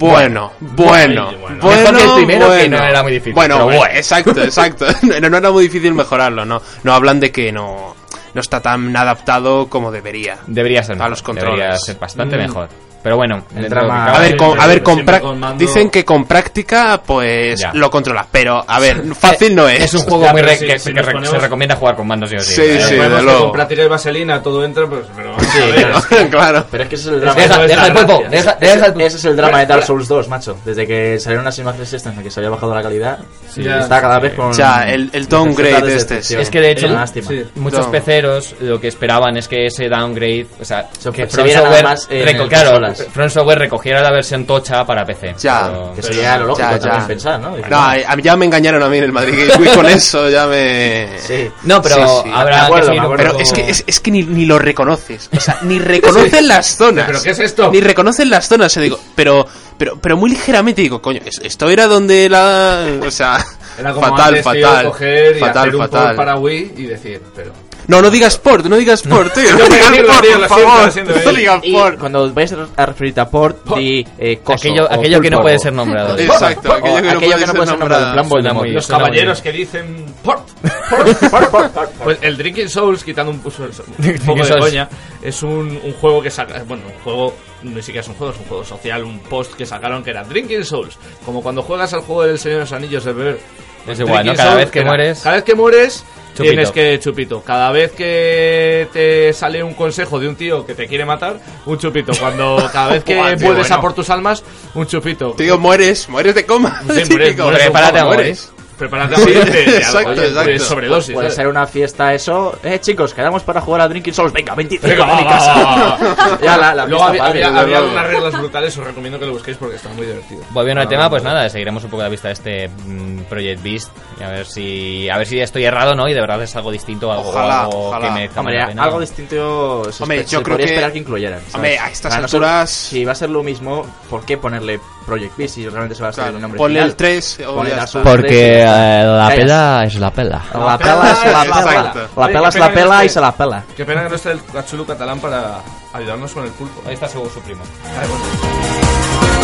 Speaker 7: Bueno, bueno,
Speaker 5: Bueno.
Speaker 7: bueno.
Speaker 2: Mejor que el primero, que no era muy difícil,
Speaker 7: Bueno,
Speaker 2: pero bueno.
Speaker 7: bueno, exacto, exacto. No, no era muy difícil mejorarlo, no. No hablan de que no, no está tan adaptado como debería.
Speaker 2: Debería ser
Speaker 7: A los
Speaker 2: mejor,
Speaker 7: controles.
Speaker 2: Debería ser bastante
Speaker 5: Mm.
Speaker 2: mejor. Pero bueno, dentro de lo que
Speaker 4: drama-
Speaker 2: cabe-
Speaker 7: A ver, con, a ver, con
Speaker 5: Siempre
Speaker 7: prac-
Speaker 5: con mando-
Speaker 7: dicen que con práctica, pues
Speaker 2: Ya.
Speaker 7: lo controlas. Pero, a ver, fácil no es.
Speaker 2: eh, es un juego
Speaker 5: Ya,
Speaker 2: muy
Speaker 5: pero
Speaker 2: re-
Speaker 5: si-
Speaker 2: que,
Speaker 5: si
Speaker 2: que
Speaker 5: nos
Speaker 2: re- se
Speaker 5: ponemos-
Speaker 2: recomienda jugar con mandos, sí o sí.
Speaker 7: Sí,
Speaker 2: Eh,
Speaker 7: sí,
Speaker 5: Vemos
Speaker 7: de
Speaker 5: que
Speaker 7: luego.
Speaker 5: Con práctica y vaselina todo entra, pues, pero vamos a ver.
Speaker 7: claro.
Speaker 4: Pero es que ese es el drama.
Speaker 2: Deja,
Speaker 5: Eso es
Speaker 2: deja el
Speaker 5: la
Speaker 2: pulpo,
Speaker 5: gracia.
Speaker 2: deja,
Speaker 4: Ese-
Speaker 2: deja el pulpo.
Speaker 4: ese es el drama de Dark Souls 2, macho. Desde que salieron las imágenes estas en las que se había bajado la calidad,
Speaker 5: Ya.
Speaker 4: está cada vez con.
Speaker 7: Ya, el- el downgrade este, sí.
Speaker 2: Es que de hecho,
Speaker 4: Una lástima.
Speaker 5: Sí.
Speaker 2: Muchos
Speaker 7: No.
Speaker 2: peceros lo que esperaban es que ese downgrade, o sea,
Speaker 4: Se-
Speaker 2: que
Speaker 4: se
Speaker 2: From
Speaker 4: viera nada
Speaker 2: Software,
Speaker 4: más en
Speaker 2: reco-
Speaker 4: el
Speaker 2: claro,
Speaker 4: consolas.
Speaker 2: From Software recogiera la versión tocha para PC.
Speaker 7: Ya.
Speaker 4: Que
Speaker 2: Pero-
Speaker 4: sería lo lógico
Speaker 7: Ya,
Speaker 4: también
Speaker 7: ya.
Speaker 4: pensar, ¿no? "Ah, Dije,
Speaker 7: No, eh, a- a- ya me engañaron a mí en el Madrid Game Week con eso, ya me...
Speaker 4: Sí.
Speaker 2: No, pero
Speaker 7: Sí, sí.
Speaker 2: habrá
Speaker 4: Me acuerdo,
Speaker 2: que seguir
Speaker 4: me
Speaker 2: un
Speaker 4: acuerdo.
Speaker 7: Pero
Speaker 2: poco-
Speaker 7: es que, es, es que ni, ni lo reconoces. O sea, ni reconocen las zonas.
Speaker 5: ¿Pero qué es esto?
Speaker 7: Ni reconocen las zonas. se digo, pero, pero, pero muy ligeramente digo, coño, es- esto era donde la. O sea,
Speaker 5: Era como
Speaker 7: fatal,
Speaker 5: antes, tío,
Speaker 7: fatal.
Speaker 5: coger y
Speaker 7: fatal,
Speaker 5: hacer un
Speaker 7: fatal.
Speaker 5: port para Wii y decir, pero...
Speaker 7: No, no digas sport, no digas sport, tío. No,
Speaker 5: Yo me
Speaker 7: digas
Speaker 5: digo,
Speaker 7: sport,
Speaker 5: tío,
Speaker 7: por
Speaker 5: lo siento, lo
Speaker 7: favor.
Speaker 5: siento,
Speaker 7: no
Speaker 5: eh.
Speaker 7: digas
Speaker 4: Y
Speaker 7: sport.
Speaker 4: cuando vais a referirte a port, di eh, coso
Speaker 2: aquello
Speaker 4: o
Speaker 2: aquello que no
Speaker 4: pulpo.
Speaker 2: puede ser nombrado. digo.
Speaker 7: Exacto, aquello que no puede ser nombrado.
Speaker 4: en plan
Speaker 2: Suena
Speaker 4: Voldemort.
Speaker 2: muy-
Speaker 5: Los
Speaker 2: suena muy
Speaker 5: caballeros que dicen port, port, port, port, port. Pues el Drinking Souls, quitando un, pulso- un poco de
Speaker 2: Souls.
Speaker 5: coña, es un, un juego que saca, bueno, un juego, ni siquiera es un juego, es un juego social, un post que sacaron que era Drinking Souls. Como cuando juegas al juego del Señor de los Anillos de beber.
Speaker 2: Es igual,
Speaker 5: Drinking
Speaker 2: ¿no? Cada
Speaker 5: Souls
Speaker 2: vez que
Speaker 5: era-
Speaker 2: mueres-
Speaker 5: Cada vez que mueres,
Speaker 2: Chupito.
Speaker 5: tienes que chupito. Cada vez que te sale un consejo de un tío que te quiere matar, un chupito. Cuando cada vez que
Speaker 7: Buah, tío,
Speaker 5: vuelves a
Speaker 7: bueno.
Speaker 5: por tus almas, un chupito.
Speaker 7: Tío, mueres, mueres de coma.
Speaker 5: Sí,
Speaker 7: Típico,
Speaker 5: mueres, mueres,
Speaker 2: Prepárate a
Speaker 5: mueres.
Speaker 2: morir.
Speaker 5: Prepárate a morir de- de, algo,
Speaker 7: exacto,
Speaker 5: oye, de
Speaker 7: exacto.
Speaker 5: sobredosis.
Speaker 4: Puede
Speaker 5: ¿sabes?
Speaker 4: ser una fiesta eso. Eh, chicos, quedamos para jugar a Drinking Souls. Venga, 25
Speaker 5: Venga, va,
Speaker 4: a mi
Speaker 5: va,
Speaker 4: casa.
Speaker 5: va, va, va.
Speaker 4: Ya, la- la
Speaker 5: Luego
Speaker 4: fiesta
Speaker 5: había,
Speaker 4: padre,
Speaker 5: había-
Speaker 4: la-
Speaker 5: había
Speaker 4: la-
Speaker 5: unas reglas brutales, os recomiendo que lo busquéis porque está muy divertido.
Speaker 2: Volviendo al
Speaker 5: Ah,
Speaker 2: tema, pues nada, seguiremos un poco la vista de este mm, Project Beast y a ver si a ver si estoy errado, ¿no? Y de verdad es algo distinto, algo,
Speaker 7: Ojalá,
Speaker 2: algo
Speaker 7: ojalá.
Speaker 2: que me merezca
Speaker 4: Hombre,
Speaker 2: la pena.
Speaker 4: algo distinto se,
Speaker 7: Hombre,
Speaker 4: espe-
Speaker 7: yo
Speaker 4: se
Speaker 7: creo
Speaker 4: podría
Speaker 7: que-
Speaker 4: esperar que incluyeran. ¿sabes?
Speaker 7: Hombre, a estas
Speaker 4: Para no ser-
Speaker 7: alturas-
Speaker 4: Si va a ser lo mismo, ¿por qué ponerle Project B si realmente se va a ser
Speaker 7: Claro,
Speaker 4: el nombre
Speaker 7: ponle
Speaker 4: final?
Speaker 7: el 3 o
Speaker 4: Ponle
Speaker 7: ya
Speaker 4: Dark
Speaker 7: está.
Speaker 4: Souls 3 y-
Speaker 2: eh, la
Speaker 4: Callas. pela
Speaker 2: es la pela.
Speaker 4: La pela es la pela.
Speaker 7: Exacto.
Speaker 4: La pela es la pela y se la pela.
Speaker 5: Qué pena que no esté el cachulu catalán para ayudarnos con el pulpo.
Speaker 2: Ahí está su, su primo.
Speaker 5: Ay, bueno.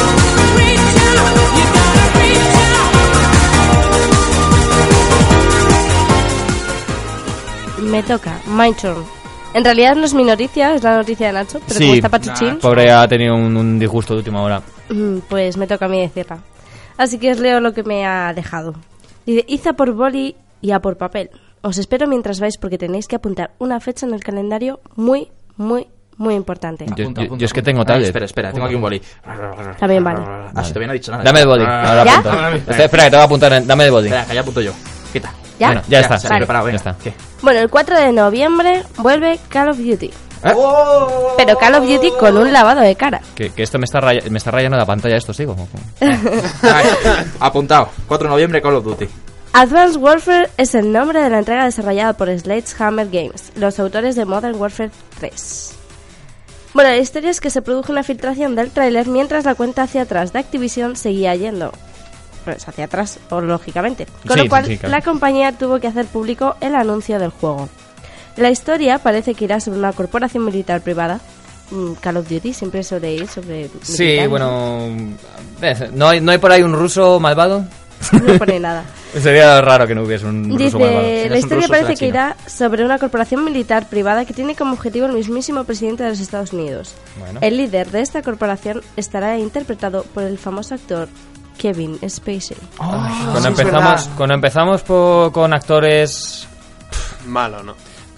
Speaker 1: Me toca, my turn. En realidad no es mi noticia, es la noticia de Nacho, pero
Speaker 2: Sí.
Speaker 1: como está pachuchín,
Speaker 2: Ah, Pobre ha tenido un, un disgusto de última hora.
Speaker 1: Mm, Pues me toca a mí decirla. Así que os leo lo que me ha dejado. Dice, Iza por boli y a por papel. Os espero mientras vais porque tenéis que apuntar una fecha en el calendario muy, muy, muy importante.
Speaker 2: yo,
Speaker 5: Apunta,
Speaker 2: yo-
Speaker 5: apunta,
Speaker 2: yo es que
Speaker 5: apunta.
Speaker 2: tengo
Speaker 4: Ah,
Speaker 2: tablet.
Speaker 4: espera, espera, tengo aquí un boli.
Speaker 1: También vale.
Speaker 4: Ah, si todavía no he dicho nada. Ah,
Speaker 2: Dame el body. Ahora
Speaker 1: ¿Ya?
Speaker 2: apunto. Espera, espera, que te voy a apuntar. en- Dame el body.
Speaker 4: Espera, que ya apunto yo. Quita.
Speaker 1: ¿Ya?
Speaker 2: Bueno, ya, está.
Speaker 4: se ha
Speaker 1: Vale.
Speaker 4: preparado,
Speaker 2: Ya
Speaker 4: venga.
Speaker 2: está.
Speaker 4: ¿Qué?
Speaker 1: Bueno, el 4 de noviembre vuelve Call of Duty.
Speaker 4: ¿Eh?
Speaker 1: Pero Call of Duty con un lavado de cara.
Speaker 2: Que, que esto me está, raya- me está rayando la pantalla esto, sigo.
Speaker 4: Ahí, Apuntado. 4 de noviembre Call of Duty.
Speaker 1: Advanced Warfare es el nombre de la entrega desarrollada por Sledgehammer Games, los autores de Modern Warfare 3. Bueno, la historia es que se produjo una filtración del tráiler mientras la cuenta hacia atrás de Activision seguía yendo. Pues hacia atrás, o lógicamente. Con
Speaker 2: Sí, sí,
Speaker 1: lo cual,
Speaker 2: sí, claro.
Speaker 1: la compañía tuvo que hacer público el anuncio del juego. La historia parece que irá sobre una corporación militar privada. Mm, Call of Duty siempre es sobre ir, sobre...
Speaker 2: Sí,
Speaker 1: militares,
Speaker 2: bueno. eh, ¿No hay, ¿No hay por ahí un ruso malvado?
Speaker 1: No pone nada.
Speaker 2: Sería raro que no hubiese un ruso malvado.
Speaker 1: Dice,
Speaker 4: no
Speaker 1: la
Speaker 4: es
Speaker 1: historia
Speaker 4: ruso,
Speaker 1: parece
Speaker 4: será
Speaker 1: que
Speaker 4: chino".
Speaker 1: irá sobre una corporación militar privada que tiene como objetivo el mismísimo presidente de los Estados Unidos.
Speaker 2: Bueno.
Speaker 1: El líder de esta corporación estará interpretado por el famoso actor Kevin Spacey.
Speaker 2: Oh, Ah,
Speaker 1: Ah,
Speaker 2: Cuando empezamos, cuando empezamos po- con actores,
Speaker 7: Malo, ¿no?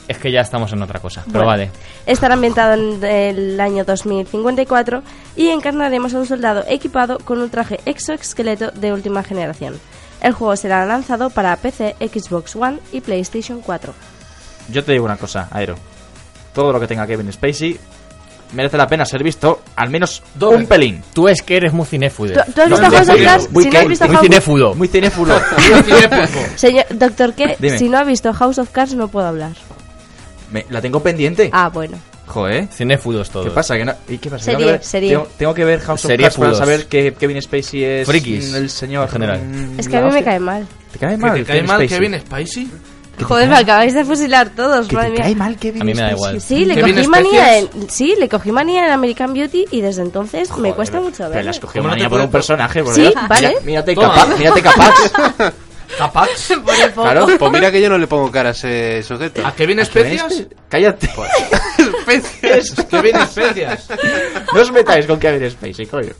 Speaker 2: es que ya estamos en otra cosa. Pero
Speaker 1: Bueno,
Speaker 2: vale.
Speaker 1: Estará ambientado en el año 2054 y encarnaremos a un soldado equipado con un traje exoesqueleto de última generación. El juego será lanzado para PC, Xbox One y PlayStation 4.
Speaker 4: Yo te digo una cosa, Aero. Todo lo que tenga Kevin Spacey merece la pena ser visto al menos
Speaker 5: Doble.
Speaker 4: un pelín.
Speaker 2: Tú es que eres muy cinéfudo.
Speaker 1: ¿Tú, tú has
Speaker 5: No,
Speaker 1: visto
Speaker 5: no,
Speaker 1: House of
Speaker 5: muy
Speaker 1: Cards?
Speaker 4: muy
Speaker 1: Si no has
Speaker 4: gay,
Speaker 1: visto
Speaker 2: Muy
Speaker 1: House-
Speaker 2: cinéfudo.
Speaker 4: Muy cinéfulo.
Speaker 5: Tiene pulpo.
Speaker 1: Señor, doctor, ¿qué?
Speaker 4: Dime.
Speaker 1: Si no ha visto House of Cards no puedo hablar.
Speaker 4: Me- la tengo pendiente.
Speaker 1: Ah, bueno.
Speaker 4: Joder.
Speaker 2: Cinéfudos todos.
Speaker 4: ¿Qué pasa? ¿Que no? ¿Y qué pasa?
Speaker 1: Serie,
Speaker 4: tengo, que ver,
Speaker 1: serie.
Speaker 4: Tengo, tengo que ver House of
Speaker 2: Serie
Speaker 4: Cards para
Speaker 2: pudos.
Speaker 4: saber que Kevin Spacey es
Speaker 2: Frikis,
Speaker 4: el señor
Speaker 2: en general.
Speaker 4: mm,
Speaker 1: Es que
Speaker 4: la
Speaker 1: a mí me
Speaker 4: hostia.
Speaker 1: cae mal.
Speaker 4: ¿Te cae
Speaker 5: ¿Que
Speaker 4: mal?
Speaker 5: te cae
Speaker 4: Kevin
Speaker 5: mal
Speaker 4: Spacey?
Speaker 5: Kevin Spicy?
Speaker 1: Joder, me acabáis de fusilar todos, madre mía.
Speaker 3: mal, Kevin. A mí me da igual.
Speaker 1: Sí, le
Speaker 5: Kevin
Speaker 1: cogí manía
Speaker 5: Spacey
Speaker 1: en, sí, le cogí manía en American Beauty y desde entonces me cuesta mucho
Speaker 4: Pero
Speaker 1: verlo.
Speaker 4: las cogió
Speaker 5: ¿Cómo no te
Speaker 4: manía por
Speaker 5: puedes-
Speaker 4: un personaje, por
Speaker 1: Sí,
Speaker 4: Dios.
Speaker 1: vale.
Speaker 4: Mira- Mírate
Speaker 5: Toma.
Speaker 4: capaz, mírate capaz.
Speaker 5: Capax.
Speaker 4: claro.
Speaker 7: Pues mira que yo no le pongo cara a ese sujeto.
Speaker 5: ¿A Kevin Especias?
Speaker 4: Cállate.
Speaker 7: Especies.
Speaker 5: Kevin Especias.
Speaker 4: No os metáis con Kevin Spacey, coño.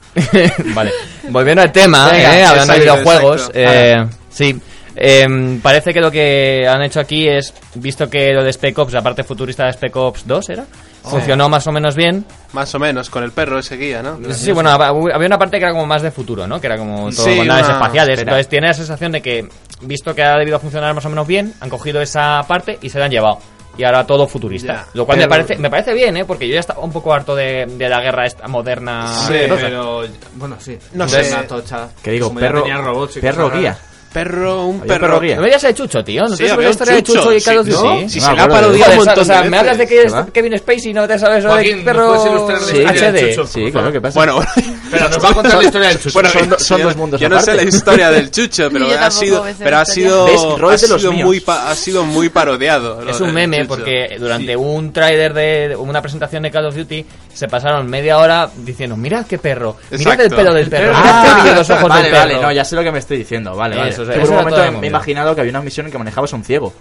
Speaker 2: vale. Volviendo al tema,
Speaker 7: Venga,
Speaker 2: eh, hablando de
Speaker 7: exacto,
Speaker 2: videojuegos,
Speaker 7: exacto.
Speaker 2: eh, sí. em, parece que lo que han hecho aquí es, visto que lo de Spec Ops, la parte futurista de Spec Ops 2 era, funcionó más o menos bien.
Speaker 7: Más o menos, con el perro ese guía, ¿no?
Speaker 2: Sí, bueno, hab- había una parte que era como más de futuro, ¿no? Que era como todo
Speaker 7: Sí,
Speaker 2: con naves
Speaker 7: una-
Speaker 2: espaciales.
Speaker 4: espera.
Speaker 2: Entonces tiene la sensación de que, visto que ha debido funcionar más o menos bien, han cogido esa parte y se la han llevado. Y ahora todo futurista.
Speaker 7: Ya,
Speaker 2: lo cual me
Speaker 7: pero-
Speaker 2: parece me parece bien, ¿eh? Porque yo ya estaba un poco harto de, de la guerra esta moderna.
Speaker 5: Sí,
Speaker 2: asquerosa.
Speaker 5: pero bueno, sí.
Speaker 7: No
Speaker 5: Entonces,
Speaker 7: sé.
Speaker 5: una tocha.
Speaker 4: Que digo,
Speaker 5: Como ya
Speaker 4: perro-
Speaker 5: tenía robots y
Speaker 4: perro
Speaker 5: cosas
Speaker 4: guía.
Speaker 5: raras.
Speaker 7: Perro, un
Speaker 4: Había
Speaker 7: perro.
Speaker 4: perro guía.
Speaker 2: No me digas el Chucho, tío. No
Speaker 7: Sí,
Speaker 2: te sabes
Speaker 7: había
Speaker 2: la
Speaker 7: un
Speaker 2: historia de
Speaker 7: Chucho,
Speaker 2: Chulo y
Speaker 7: sí,
Speaker 2: Call of
Speaker 7: ¿no?
Speaker 2: Duty.
Speaker 7: Si
Speaker 4: No me
Speaker 7: se la ha
Speaker 4: acuerdo de
Speaker 7: parodiado
Speaker 2: Joder,
Speaker 7: un montón
Speaker 2: o sea,
Speaker 7: de
Speaker 2: me hablas de
Speaker 7: veces.
Speaker 2: que es
Speaker 4: ¿Verdad?
Speaker 2: Kevin Spacey y no te sabes lo
Speaker 5: Joaquín,
Speaker 2: del
Speaker 5: ¿nos
Speaker 2: perro
Speaker 5: puedes ilustrar la historia del
Speaker 2: HD.
Speaker 5: Chucho?
Speaker 4: Sí, claro, ¿qué pasa? Ah,
Speaker 7: Bueno,
Speaker 5: Pero nos va a contar la historia del Chucho.
Speaker 7: bueno,
Speaker 4: son
Speaker 7: yo-
Speaker 4: do- son
Speaker 7: yo-
Speaker 4: dos mundos
Speaker 7: Yo no sé la
Speaker 4: aparte.
Speaker 7: historia del Chucho, pero
Speaker 6: Yo
Speaker 7: ha
Speaker 6: tampoco
Speaker 7: sido,
Speaker 6: me sé la
Speaker 7: pero ha
Speaker 6: historia.
Speaker 4: ¿Ves?
Speaker 7: sido,
Speaker 4: Roy
Speaker 7: ha
Speaker 4: es de los
Speaker 7: sido
Speaker 4: míos.
Speaker 7: muy, pa- ha sido muy parodiado. lo
Speaker 2: Es un
Speaker 7: del
Speaker 2: meme
Speaker 7: Chucho.
Speaker 2: porque durante un tráiler de una presentación de Call of Duty se pasaron media hora diciendo, mirad qué perro, mirad el
Speaker 7: Exacto.
Speaker 2: pelo del perro, mirad qué brillo los ojos
Speaker 4: vale,
Speaker 2: del
Speaker 4: vale,
Speaker 2: perro.
Speaker 4: no, ya sé lo que me estoy diciendo. Vale, vale.
Speaker 2: Eso, o sea,
Speaker 4: Que
Speaker 2: eso
Speaker 4: por un
Speaker 2: era
Speaker 4: momento
Speaker 2: toda la
Speaker 4: me he
Speaker 2: movida.
Speaker 4: imaginado que había una misión en que manejabas a un ciego.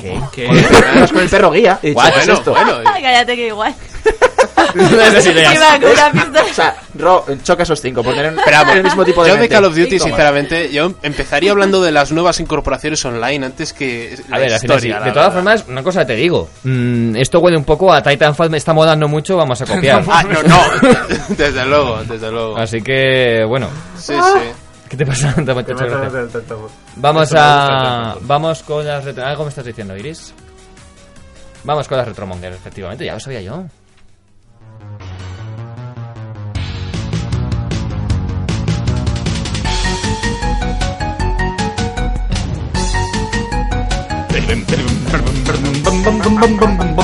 Speaker 4: ¿Qué?
Speaker 5: ¿Qué?
Speaker 4: Ibas con el perro guía. Y he dicho,
Speaker 7: Bueno,
Speaker 4: ¿qué es esto?
Speaker 7: bueno,
Speaker 6: Cállate que igual.
Speaker 2: Esas ideas.
Speaker 6: Iba con una pistola.
Speaker 4: O sea, Ro, choca esos cinco por tener
Speaker 7: Pero vamos,
Speaker 4: el mismo tipo de
Speaker 7: yo de
Speaker 4: mente.
Speaker 7: Call of Duty, sinceramente, yo empezaría hablando de las nuevas incorporaciones online antes que la
Speaker 2: A ver, al final
Speaker 7: historia.
Speaker 2: sí.
Speaker 7: la
Speaker 2: De todas
Speaker 7: verdad.
Speaker 2: formas, una cosa te digo. mm, esto huele un poco a Titanfall, me está modando mucho, vamos a copiar.
Speaker 7: Ah, no, no. desde luego, desde luego.
Speaker 2: Así que, bueno.
Speaker 7: Sí, sí.
Speaker 2: ¿Qué te pasa? Te- te- te- te- te- Vamos a. Vamos con las retro. ¿Algo me estás diciendo, Iris? Vamos con las retromonger, efectivamente, ya lo sabía yo.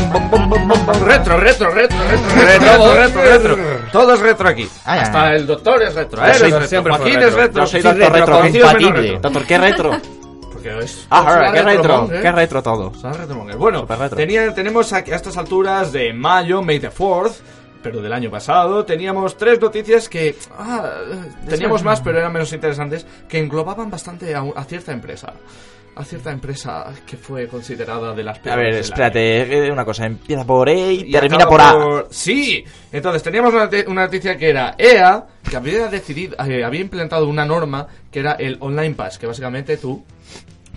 Speaker 5: Retro, retro, retro, retro, retro, retro, retro, retro. Todo es retro aquí.
Speaker 4: Ah, ya,
Speaker 5: Hasta
Speaker 4: ya.
Speaker 5: el doctor es retro.
Speaker 2: Yo
Speaker 5: ¿eh?
Speaker 2: soy-
Speaker 5: Es retro.
Speaker 2: siempre fui
Speaker 5: Joaquín
Speaker 2: retro.
Speaker 5: es retro.
Speaker 4: Yo soy
Speaker 5: sí,
Speaker 4: tanto pues retro
Speaker 5: conocido es menos
Speaker 2: compatible.
Speaker 5: retro.
Speaker 4: Doctor, ¿qué retro?
Speaker 5: Porque es.
Speaker 4: Ah,
Speaker 5: es
Speaker 4: qué
Speaker 5: una
Speaker 4: retro,
Speaker 5: ¿eh?
Speaker 4: qué retro todo.
Speaker 5: Son retromongers. Bueno,
Speaker 4: Super retro.
Speaker 5: tenía- tenemos aquí a estas alturas de mayo, May the 4th, pero del año pasado, teníamos tres noticias que ah, teníamos más, pero eran menos interesantes, que englobaban bastante a, a cierta empresa. A cierta empresa que fue considerada de las
Speaker 4: A
Speaker 5: peores.
Speaker 4: ver,
Speaker 5: del
Speaker 4: espérate, eh, una cosa, empieza por E
Speaker 5: año.
Speaker 4: y
Speaker 5: Pues, Y
Speaker 4: termina
Speaker 5: acaba
Speaker 4: por A.
Speaker 5: por- Sí, entonces teníamos una, te- una noticia que era EA, que había decidido, eh, había implantado una norma que era el Online Pass, que básicamente tú.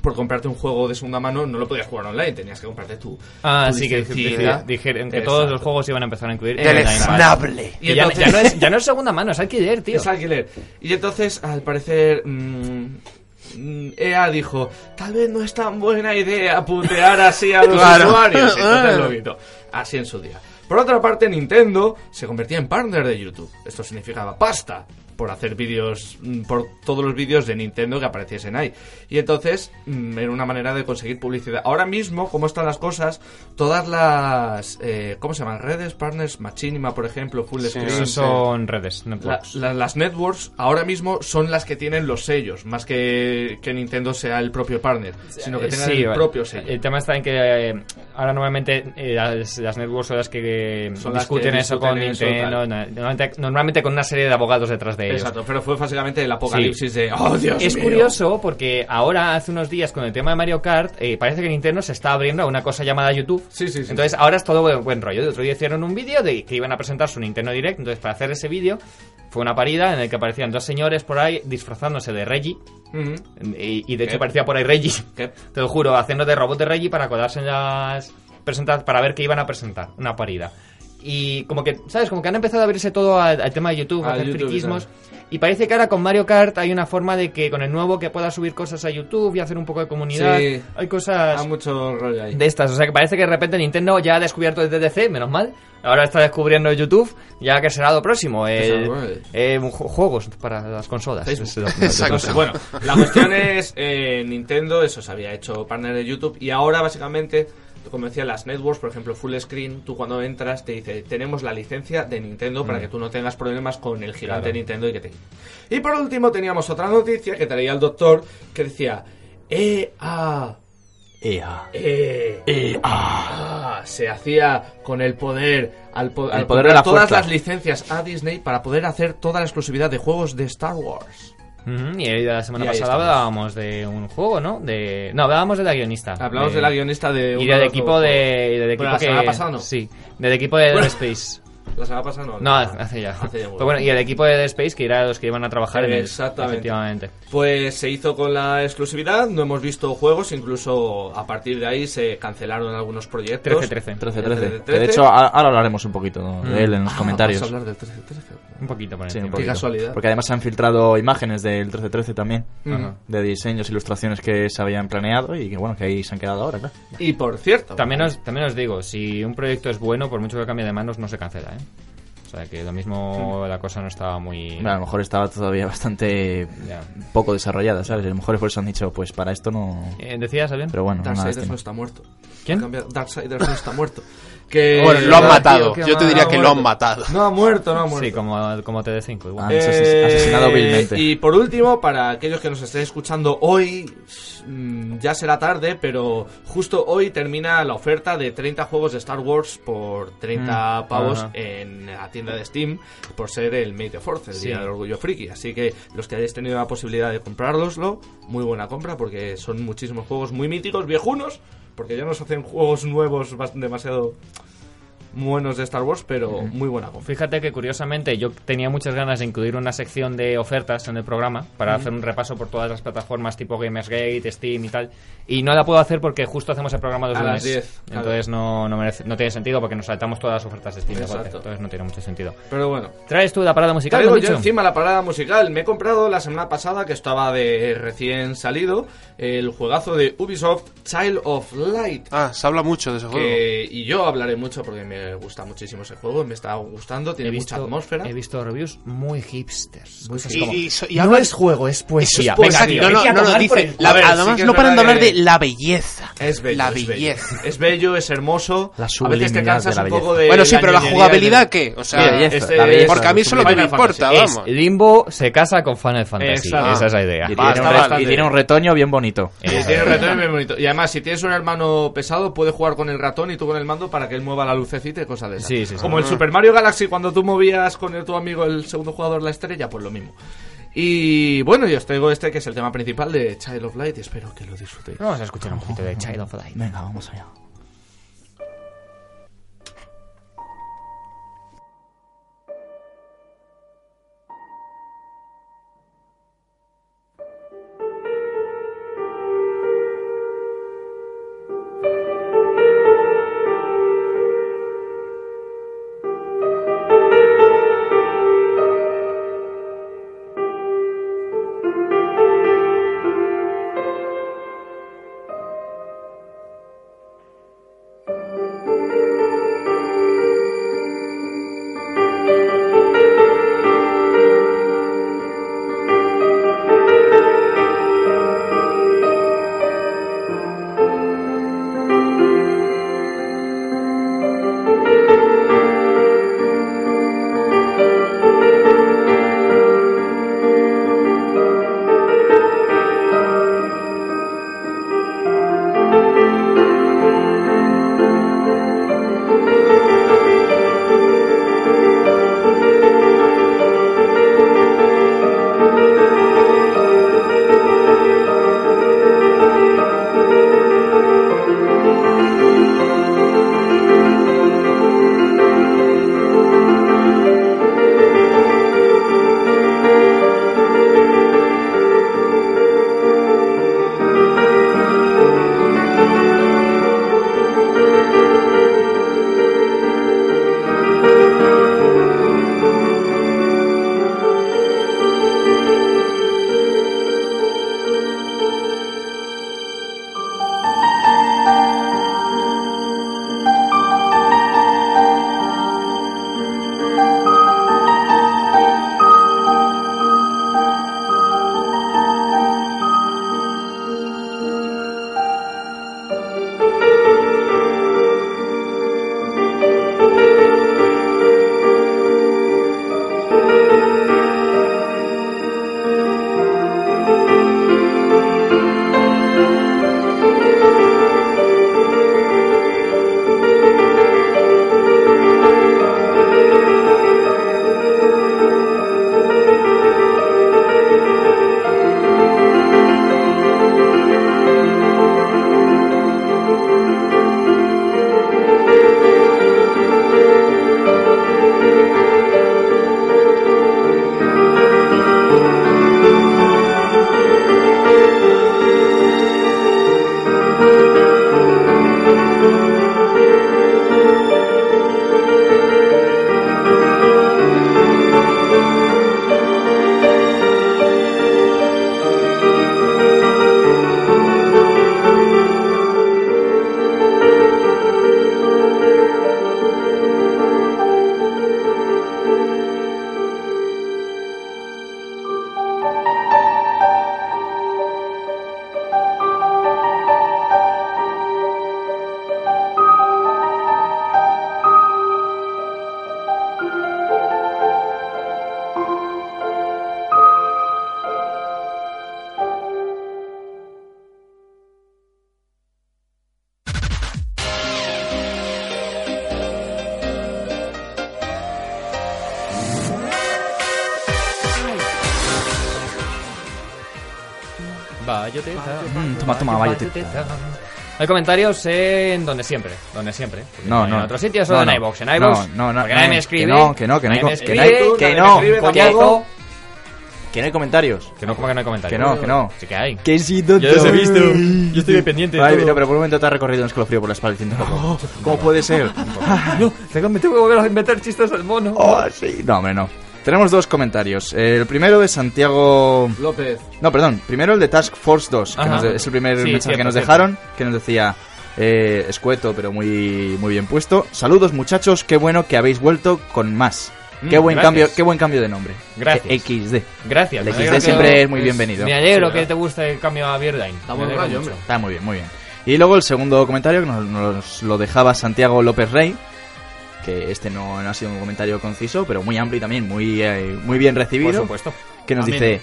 Speaker 5: Por comprarte un juego de segunda mano no lo podías jugar online, tenías que comprarte tú.
Speaker 2: Ah,
Speaker 5: tu
Speaker 2: sí, que
Speaker 5: licencia.
Speaker 2: dije- dijeron que todos los
Speaker 5: Exacto.
Speaker 2: juegos iban a empezar a incluir
Speaker 7: Del
Speaker 2: el Time Pass.
Speaker 7: snable.
Speaker 5: Y
Speaker 2: Y ya,
Speaker 5: entonces-
Speaker 2: ya no es, ya no es segunda mano, es alquiler, tío.
Speaker 5: Es alquiler. Y entonces, al parecer, mm, mm, EA dijo, tal vez no es tan buena idea putear así a los
Speaker 7: Claro.
Speaker 5: usuarios. Entonces lo quitó. Así en su día. Por otra parte, Nintendo se convertía en partner de YouTube. Esto significaba pasta por hacer vídeos, mm, por todos los vídeos de Nintendo que apareciesen ahí. Y entonces, mm, era una manera de conseguir publicidad. Ahora mismo, como están las cosas, todas las, eh, ¿cómo se llaman? Redes, partners, Machinima, por ejemplo, Full Screen.
Speaker 2: Eso son redes,
Speaker 5: La-
Speaker 2: networks.
Speaker 5: la- las networks ahora mismo son las que tienen los sellos, más que que Nintendo sea el propio partner, sino que
Speaker 2: Eh,
Speaker 5: tengan
Speaker 2: sí,
Speaker 5: el
Speaker 2: vale.
Speaker 5: propio sello.
Speaker 2: El tema está en que eh, ahora normalmente eh, las, las networks son las que eh,
Speaker 5: Son las que
Speaker 2: discuten eso con
Speaker 5: discuten eso,
Speaker 2: Nintendo,
Speaker 5: tal.
Speaker 2: na- normalmente, normalmente con una serie de abogados detrás de ellos.
Speaker 5: Exacto, pero fue básicamente el apocalipsis de ¡Oh, Dios
Speaker 2: eh, Es
Speaker 5: mío!
Speaker 2: curioso porque ahora, hace unos días, con el tema de Mario Kart, eh, parece que Nintendo se está abriendo a una cosa llamada YouTube.
Speaker 5: Sí, sí, sí.
Speaker 2: Entonces ahora es todo buen, buen rollo. El otro día hicieron un vídeo de que iban a presentar su Nintendo Direct. Entonces para hacer ese vídeo fue una parida en el que aparecían dos señores por ahí disfrazándose de Reggie.
Speaker 5: Ujú.
Speaker 2: Y, y de hecho
Speaker 5: ¿Qué?
Speaker 2: parecía por ahí Reggie.
Speaker 5: ¿Qué?
Speaker 2: Te lo juro, haciendo de robot de Reggie para colarse en las presentar para ver qué iban a presentar, una parida. Y como que, ¿sabes? Como que han empezado a abrirse todo al, al tema de YouTube, a
Speaker 5: Al
Speaker 2: hacer
Speaker 5: YouTube y
Speaker 2: friquismos. Y parece que ahora con Mario Kart hay una forma de que con el nuevo que pueda subir cosas a YouTube y hacer un poco de comunidad.
Speaker 5: Sí.
Speaker 2: Hay cosas
Speaker 5: Hay mucho rollo ahí.
Speaker 2: de estas. O sea que parece que de repente Nintendo ya ha descubierto el DDC, menos mal. Ahora está descubriendo YouTube, ya que será lo próximo. El,
Speaker 5: Desarrollo.
Speaker 2: eh, ju- juegos para las consolas.
Speaker 5: Facebook.
Speaker 2: Es lo- lo- lo-
Speaker 5: No sé, Bueno, la cuestión es eh, Nintendo, eso se había hecho partner de YouTube y ahora básicamente, como decía, las networks, por ejemplo, Full Screen, tú cuando entras te dice, tenemos la licencia de Nintendo
Speaker 4: Mm.
Speaker 5: para que tú no tengas problemas con el gigante
Speaker 2: Claro.
Speaker 5: Nintendo y que te... Y por "E último teníamos otra noticia que traía el doctor que decía, EA
Speaker 4: Ea.
Speaker 5: Eh,
Speaker 4: E
Speaker 5: ah, se hacía con el poder al, po-
Speaker 4: poder
Speaker 5: al
Speaker 4: de
Speaker 5: comprar
Speaker 4: la
Speaker 5: todas
Speaker 4: fuerza.
Speaker 5: las licencias a Disney para poder hacer toda la exclusividad de juegos de Star Wars.
Speaker 2: Ujú, y la semana
Speaker 5: Y
Speaker 2: pasada
Speaker 5: ahí estamos.
Speaker 2: hablábamos de un juego, ¿no? De... No, hablábamos de la guionista.
Speaker 5: Hablamos
Speaker 2: De-
Speaker 5: de la guionista de
Speaker 2: Y
Speaker 5: uno
Speaker 2: del
Speaker 5: los
Speaker 2: equipo
Speaker 5: nuevos
Speaker 2: de... y del equipo
Speaker 5: Bueno, la
Speaker 2: que...
Speaker 5: semana pasada, ¿no?
Speaker 2: Sí, del equipo de
Speaker 5: Bueno.
Speaker 2: Dead Space.
Speaker 5: juegos. La semana pasada no.
Speaker 2: No, hace ya.
Speaker 5: Hace ya
Speaker 2: Pero bueno, y el equipo de Dead Space que irá a los que iban a trabajar en el...
Speaker 5: Exactamente.
Speaker 2: Efectivamente.
Speaker 5: Pues se hizo con la exclusividad, no hemos visto juegos, incluso a partir de ahí se cancelaron algunos proyectos.
Speaker 2: 13-13.
Speaker 4: 13-13.
Speaker 5: 13-13.
Speaker 4: Que de hecho, a- ahora hablaremos un poquito ¿no? de él en los
Speaker 5: Ah,
Speaker 4: comentarios.
Speaker 5: vamos a hablar del 13-13.
Speaker 2: Un poquito por
Speaker 4: Sí, un
Speaker 2: encima.
Speaker 4: poquito.
Speaker 5: casualidad.
Speaker 4: Porque además se han filtrado imágenes del 1313 también,
Speaker 5: Ajá.
Speaker 4: de diseños, ilustraciones que se habían planeado y que bueno, que ahí se han quedado ahora, claro.
Speaker 5: Y por cierto,
Speaker 2: También os, también os digo, si un proyecto es bueno, por mucho que cambie de manos, no se cancela, ¿eh? O sea, que lo mismo
Speaker 5: Mm.
Speaker 2: la cosa no estaba muy...
Speaker 4: Bueno, a lo mejor estaba todavía bastante
Speaker 2: Ya.
Speaker 4: poco desarrollada, ¿sabes? A lo mejor por eso han dicho, pues para esto no...
Speaker 2: Eh, ¿Decías, Alien?
Speaker 4: Pero bueno, este una
Speaker 5: Darksiders no
Speaker 4: lástima.
Speaker 5: está muerto.
Speaker 2: este ¿Quién?
Speaker 5: Ha cambiado- Darksiders no está muerto. Que,
Speaker 7: Bueno, lo han
Speaker 5: Ah,
Speaker 7: matado.
Speaker 5: tío,
Speaker 7: Yo te diría
Speaker 5: ha
Speaker 7: que lo han
Speaker 5: muerto.
Speaker 7: matado.
Speaker 5: No ha muerto, no ha muerto.
Speaker 2: Sí, como, como TD5 igual. Eh,
Speaker 4: Ah, asesin- asesinado vilmente.
Speaker 5: Eh, Y por último, para aquellos que nos estéis escuchando hoy, mm, ya será tarde, pero justo hoy termina la oferta de 30 juegos de Star Wars por 30 pavos
Speaker 2: ajá.
Speaker 5: en la tienda de Steam por ser el May the Fourth, el
Speaker 2: Sí.
Speaker 5: Día del Orgullo Friki. Así que los que hayáis tenido la posibilidad de comprárloslo, muy buena compra porque son muchísimos juegos muy míticos, viejunos, porque ya nos hacen juegos nuevos bas- demasiado buenos de Star Wars, pero muy buena compra.
Speaker 2: Fíjate que curiosamente yo tenía muchas ganas de incluir una sección de ofertas en el programa para hacer un repaso por todas las plataformas tipo Gamersgate, Steam y tal. Y no la puedo hacer porque justo hacemos el programa dos
Speaker 5: A
Speaker 2: lunes.
Speaker 5: las 10, claro.
Speaker 2: Entonces no, no, merece- no tiene sentido porque nos saltamos todas las ofertas de Steam. de golpe.
Speaker 5: Exacto.
Speaker 2: Entonces no tiene mucho sentido.
Speaker 5: Pero bueno,
Speaker 2: ¿Traes tú la parada musical?
Speaker 5: Traigo
Speaker 2: me has
Speaker 5: yo
Speaker 2: dicho?
Speaker 5: encima la parada musical. Me he comprado la semana pasada, que estaba de recién salido, el juegazo de Ubisoft Child of Light.
Speaker 7: Ah, se habla mucho de ese juego.
Speaker 5: que- y yo hablaré mucho porque me gusta muchísimo ese juego, me está gustando, tiene
Speaker 2: He
Speaker 5: mucha
Speaker 2: visto,
Speaker 5: atmósfera.
Speaker 2: he visto reviews muy hipsters. Cosas como, "Pues
Speaker 7: so- hablan-
Speaker 5: juego, es
Speaker 7: Eso es
Speaker 2: Tía,
Speaker 7: poesía.
Speaker 2: venga, tío,
Speaker 7: no,
Speaker 2: vete
Speaker 7: no,
Speaker 2: a
Speaker 7: no lo
Speaker 2: tomar por
Speaker 7: dicen.
Speaker 2: el-
Speaker 7: La-
Speaker 5: A ver, sí
Speaker 7: además,
Speaker 5: que es
Speaker 7: no paran de
Speaker 5: verdad
Speaker 7: hablar
Speaker 5: que-
Speaker 7: de la belleza.
Speaker 5: Es bello,
Speaker 7: La
Speaker 5: es bello.
Speaker 7: belleza.
Speaker 5: Es bello, es hermoso.
Speaker 4: La
Speaker 5: a veces te
Speaker 4: sublimidad
Speaker 5: cansas
Speaker 4: de la
Speaker 5: un poco
Speaker 4: belleza.
Speaker 5: de.
Speaker 7: bueno, sí, pero la
Speaker 5: ñoñería
Speaker 7: jugabilidad,
Speaker 5: del-
Speaker 7: ¿qué? O
Speaker 4: Sí,
Speaker 7: sea,
Speaker 4: la belleza,
Speaker 5: este-
Speaker 4: la belleza,
Speaker 7: porque a mí
Speaker 4: la
Speaker 7: eso es lo que me
Speaker 5: Final Fantasy.
Speaker 7: importa,
Speaker 2: Es
Speaker 7: vamos.
Speaker 2: Limbo se casa con Final Fantasy.
Speaker 5: Exacto.
Speaker 2: Esa es la idea.
Speaker 4: Y
Speaker 5: Va,
Speaker 4: tiene,
Speaker 5: está
Speaker 4: un re-
Speaker 5: bastante
Speaker 4: y tiene un
Speaker 5: bien.
Speaker 4: retoño bien bonito.
Speaker 5: Eh, tiene un ratón muy bonito. Y además, si tienes un hermano pesado, puedes jugar con el ratón y tú con el mando para que él mueva la lucecita y cosas de esas.
Speaker 2: Sí, sí, sí.
Speaker 5: Como
Speaker 8: Ah.
Speaker 5: el Super Mario Galaxy, cuando tú movías con el- tu amigo el segundo jugador la estrella, pues lo mismo. Y bueno, yo os traigo este que es el tema principal de Child of Light y espero que lo disfrutéis.
Speaker 2: Vamos a escuchar un poquito de Child of Light.
Speaker 4: Venga, vamos allá.
Speaker 2: Vaya teta.
Speaker 4: Mm, toma, toma, vaya teta.
Speaker 2: Hay comentarios en donde siempre, donde siempre. Porque
Speaker 4: No,
Speaker 2: hay En
Speaker 4: no.
Speaker 2: otros sitios
Speaker 4: No,
Speaker 2: solo
Speaker 4: no.
Speaker 2: en iVoox. En iVoox,
Speaker 4: No, no, no,
Speaker 2: porque nadie
Speaker 4: no,
Speaker 2: me
Speaker 4: que
Speaker 2: escribe.
Speaker 4: no, que no, que no
Speaker 2: nadie
Speaker 4: hay
Speaker 2: me
Speaker 4: co- que
Speaker 2: escribe,
Speaker 4: no hay- que
Speaker 2: nadie me
Speaker 4: no,
Speaker 2: escribe,
Speaker 4: coñazo.
Speaker 2: coñazo.
Speaker 8: Que no hay comentarios.
Speaker 2: Que no, como que no hay comentarios.
Speaker 4: Que no, que no.
Speaker 2: Sí que hay.
Speaker 4: Que sí, tonto.
Speaker 2: Yo los he visto. Yo estoy pendiente de
Speaker 8: Ay,
Speaker 2: todo. Oh,
Speaker 8: mira, pero por un momento te ha recorrido un escalofrío por la espalda diciendo, ¿cómo, ¿cómo puede ser?
Speaker 2: No, tengo, me tengo que volver a inventar chistes del mono.
Speaker 8: Oh, sí.
Speaker 4: No, hombre, no. Tenemos dos comentarios. El primero de Santiago...
Speaker 5: López.
Speaker 4: No, perdón. Primero el de Task Force 2, que
Speaker 2: Ajá.
Speaker 4: nos de- es el primer
Speaker 2: Sí,
Speaker 4: mensaje
Speaker 2: cierto,
Speaker 4: que nos
Speaker 2: cierto.
Speaker 4: dejaron, que nos decía eh, escueto, pero muy, muy bien puesto. Saludos, muchachos. Qué bueno que habéis vuelto con más. Qué
Speaker 2: Mm,
Speaker 4: buen
Speaker 2: gracias.
Speaker 4: cambio, qué buen cambio de nombre.
Speaker 2: Gracias.
Speaker 4: E- XD.
Speaker 2: Gracias.
Speaker 4: El
Speaker 2: me
Speaker 4: XD
Speaker 2: alegro
Speaker 4: siempre
Speaker 2: que-
Speaker 4: es muy bienvenido.
Speaker 2: Me alegro
Speaker 5: Sí,
Speaker 2: que
Speaker 5: ¿verdad?
Speaker 2: te guste el cambio a Birdine.
Speaker 5: Está buen rollo, hombre.
Speaker 4: Está muy bien, muy bien. Y luego el segundo comentario que nos, nos lo dejaba Santiago López Rey, que este no, no ha sido un comentario conciso, pero muy amplio y también muy, eh, muy bien
Speaker 2: Por
Speaker 4: recibido,
Speaker 2: supuesto.
Speaker 4: que nos
Speaker 2: Amén.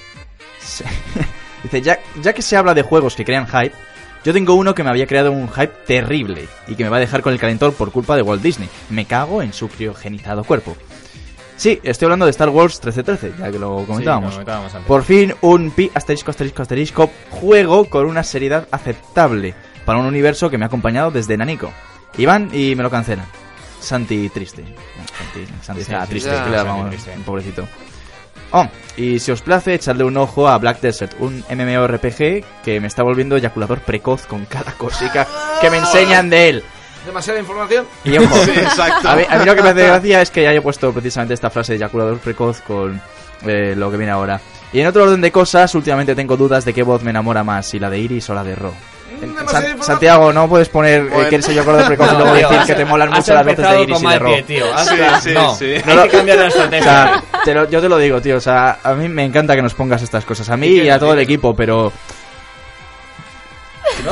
Speaker 4: dice... dice, ya, ya que se habla de juegos que crean hype, yo tengo uno que me había creado un hype terrible y que me va a dejar con el calentón por culpa de Walt Disney. Me cago en su criogenizado cuerpo. Sí, estoy hablando de Star Wars 1313, ya que lo comentábamos.
Speaker 2: Sí, lo comentábamos antes.
Speaker 4: Por fin un pi asterisco asterisco asterisco juego con una seriedad aceptable para un universo que me ha acompañado desde Nanico. Iván y me lo cancelan. Santi triste. Santi, Santi
Speaker 2: Sí,
Speaker 4: está
Speaker 2: sí,
Speaker 4: triste,
Speaker 7: sí,
Speaker 4: que le
Speaker 2: Santi
Speaker 4: llamamos,
Speaker 2: triste.
Speaker 4: pobrecito. Oh, y si os place, echadle un ojo a Black Desert, un MMORPG que me está volviendo eyaculador precoz con cada cosica que me enseñan de él.
Speaker 5: Demasiada información.
Speaker 4: Y ojo,
Speaker 7: Sí, exacto.
Speaker 4: a mí, a mí lo que me hace gracia es que haya puesto precisamente esta frase de eyaculador precoz con eh, lo que viene ahora. Y en otro orden de cosas, últimamente tengo dudas de qué voz me enamora más, si la de Iris o la de Ro. Eh,
Speaker 5: Demasiada
Speaker 4: San-
Speaker 5: información.
Speaker 4: Santiago, no puedes poner eh, que eres eyaculador precoz y
Speaker 2: No,
Speaker 4: luego
Speaker 2: tío,
Speaker 4: decir
Speaker 2: has-
Speaker 4: que te molan
Speaker 2: has
Speaker 4: mucho las voces de
Speaker 2: empezado
Speaker 4: Iris
Speaker 2: con
Speaker 4: y de
Speaker 2: mal
Speaker 4: Ro.
Speaker 2: pie, tío. Has-
Speaker 7: Sí, sí,
Speaker 2: no.
Speaker 7: sí.
Speaker 2: Hay
Speaker 4: No,
Speaker 2: que cambiar la
Speaker 4: O
Speaker 2: estrategia.
Speaker 4: sea, te lo- yo te lo digo, tío. O sea, a mí me encanta que nos pongas estas cosas. A mí y a todo el equipo, pero.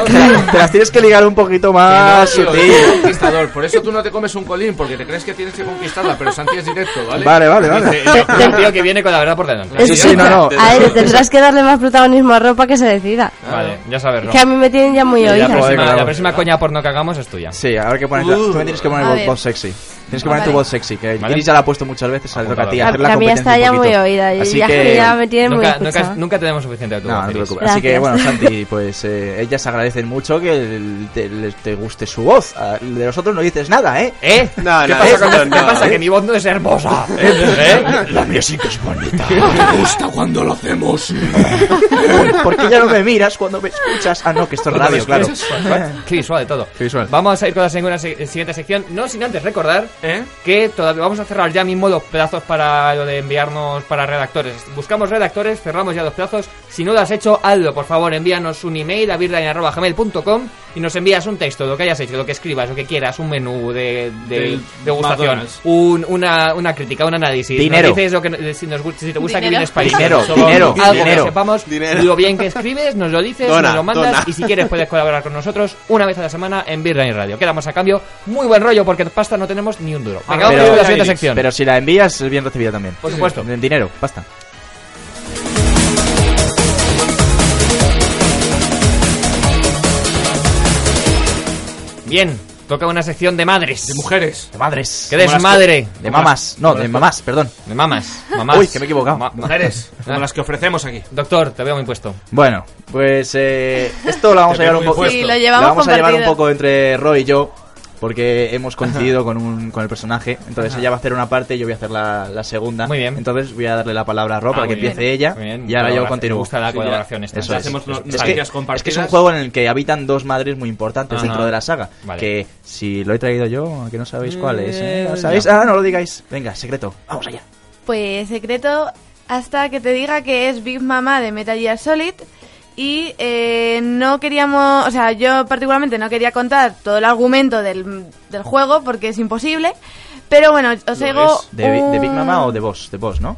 Speaker 4: Te la- te las tienes que ligar un poquito más
Speaker 5: Que no, tío,
Speaker 4: sutil.
Speaker 5: eres un conquistador. Por eso tú no te comes un colín, porque te crees que tienes que conquistarla, pero Santi es directo, ¿vale?
Speaker 4: Vale, vale, vale.
Speaker 2: Sí, sí, sí, un tío que viene con la verdad por delante.
Speaker 1: Eso
Speaker 4: Sí, sí,
Speaker 1: sí,
Speaker 4: no, no.
Speaker 1: a Ere tendrás que darle más protagonismo a ropa que se decida.
Speaker 2: Vale, ya sabes, Ro.
Speaker 1: Que a mí me tienen ya muy
Speaker 2: Y La
Speaker 4: joder,
Speaker 1: oída.
Speaker 2: próxima,
Speaker 4: claro.
Speaker 2: la próxima coña porno que hagamos es tuya.
Speaker 4: Sí, ahora que pones la, tú me tienes que poner
Speaker 6: A
Speaker 4: voz,
Speaker 6: ver.
Speaker 4: voz sexy. Tienes que poner tu
Speaker 6: Vale.
Speaker 4: voz sexy, que
Speaker 2: Vale.
Speaker 4: Iris ya la ha puesto muchas veces, ahora le toca a ti
Speaker 2: Apuntado.
Speaker 4: hacer la
Speaker 1: La mía
Speaker 4: competencia
Speaker 1: está ya
Speaker 4: un poquito.
Speaker 1: muy oída.
Speaker 4: Así
Speaker 1: Y ya,
Speaker 4: que...
Speaker 1: ya me tienen muy
Speaker 2: Nunca, nunca,
Speaker 1: escuchada.
Speaker 2: nunca tenemos suficiente de tu
Speaker 4: No, no
Speaker 2: voz,
Speaker 4: te
Speaker 2: Iris.
Speaker 4: preocupes. Así que
Speaker 1: Gracias.
Speaker 4: bueno, Santi, pues eh, ellas se agradecen mucho que el- te, le- te guste su voz. Ah, De nosotros no dices nada, ¿eh?
Speaker 2: ¿Eh? ¿Qué
Speaker 7: No, no,
Speaker 2: pasa?
Speaker 7: eso
Speaker 2: con la-
Speaker 7: no,
Speaker 2: ¿Qué
Speaker 7: no,
Speaker 2: pasa?
Speaker 7: ¿eh?
Speaker 2: Que mi voz no es hermosa. ¿Eh?
Speaker 9: La mía sí que es bonita. Me gusta cuando lo hacemos.
Speaker 4: ¿Por, por qué ya no me miras cuando me escuchas? Ah, no, que esto es radio, claro.
Speaker 5: ¿Eh?
Speaker 2: Qué visual de todo.
Speaker 4: Qué visual.
Speaker 2: Vamos a ir con la segunda se- eh, siguiente sección. No sin antes recordar
Speaker 5: ¿Eh?
Speaker 2: que todavía vamos a cerrar ya mismo los plazos para lo de enviarnos para redactores. Buscamos redactores, cerramos ya los plazos. Si no lo has hecho, hazlo, por favor, envíanos un email a birdline.gmail.com y nos envías un texto, lo que hayas hecho, lo que escribas, lo que quieras, un menú de, de
Speaker 5: Del
Speaker 2: degustación,
Speaker 5: McDonald's.
Speaker 2: un- una, una crítica, un análisis.
Speaker 4: Dinero.
Speaker 2: Nos dices lo que, eh, si, nos gu- si te gusta que
Speaker 6: Dinero.
Speaker 2: vienes país.
Speaker 4: Dinero,
Speaker 2: Solo
Speaker 4: dinero,
Speaker 2: algo que
Speaker 4: dinero.
Speaker 2: sepamos,
Speaker 7: Dinero.
Speaker 2: lo bien que escribes, nos lo dices,
Speaker 7: Dona,
Speaker 2: nos lo mandas
Speaker 7: dona.
Speaker 2: y si quieres puedes colaborar con nosotros una vez a la semana en Birdline Radio. Quedamos a cambio. Muy buen rollo porque pasta no tenemos ni un duro. Venga, vamos
Speaker 4: Ah, Pero-
Speaker 2: con la siguiente sección.
Speaker 4: Pero si la envías, es bien recibida también.
Speaker 2: Por supuesto.
Speaker 4: En dinero, basta.
Speaker 2: Bien, toca una sección de madres.
Speaker 5: De mujeres.
Speaker 4: De madres.
Speaker 2: Que eres madre.
Speaker 4: De mamás. No, de mamás, perdón.
Speaker 2: De mamas. Mamás.
Speaker 4: Uy, que me he equivocado.
Speaker 5: Mujeres, como
Speaker 2: Ah.
Speaker 5: las que ofrecemos aquí.
Speaker 2: Doctor, te veo muy puesto.
Speaker 4: Bueno, pues eh, esto lo vamos a
Speaker 5: Te veo
Speaker 4: llevar un
Speaker 5: muy
Speaker 4: poco.
Speaker 5: puesto. Sí, lo
Speaker 6: llevamos
Speaker 4: lo vamos a llevar un
Speaker 6: compartido.
Speaker 4: poco entre Roy y yo, porque hemos coincidido con, un, con el personaje. Entonces ella va a hacer una parte y yo voy a hacer la, la segunda.
Speaker 2: Muy bien.
Speaker 4: Entonces voy a darle la palabra a Roy
Speaker 2: Ah,
Speaker 4: para que
Speaker 2: muy bien.
Speaker 4: empiece ella.
Speaker 2: Muy bien,
Speaker 4: Y ahora yo
Speaker 2: colaboración. Me
Speaker 4: continúo.
Speaker 2: gusta la
Speaker 5: Sí,
Speaker 2: colaboración
Speaker 5: ya.
Speaker 2: esta.
Speaker 4: Eso es.
Speaker 5: Hacemos no-
Speaker 4: Es que,
Speaker 5: nostalgias compartidas.
Speaker 4: es que es un juego en el que habitan dos madres muy importantes
Speaker 2: Ajá.
Speaker 4: dentro de la saga.
Speaker 2: Vale.
Speaker 4: Que si lo he traído yo, que no sabéis cuál es. ¿eh?
Speaker 2: Eh,
Speaker 4: ¿No ¿Sabéis? Ah, no lo digáis. Venga, secreto. Vamos allá.
Speaker 6: Pues secreto hasta que te diga que es Big Mama de Metal Gear Solid y eh, no queríamos, o sea, yo particularmente no quería contar todo el argumento del, del juego porque es imposible, pero bueno, os
Speaker 5: Lo
Speaker 6: digo...
Speaker 5: es.
Speaker 4: ¿De, Bi- de Big
Speaker 6: un-
Speaker 4: Mama o de Boss? De Boss, ¿no?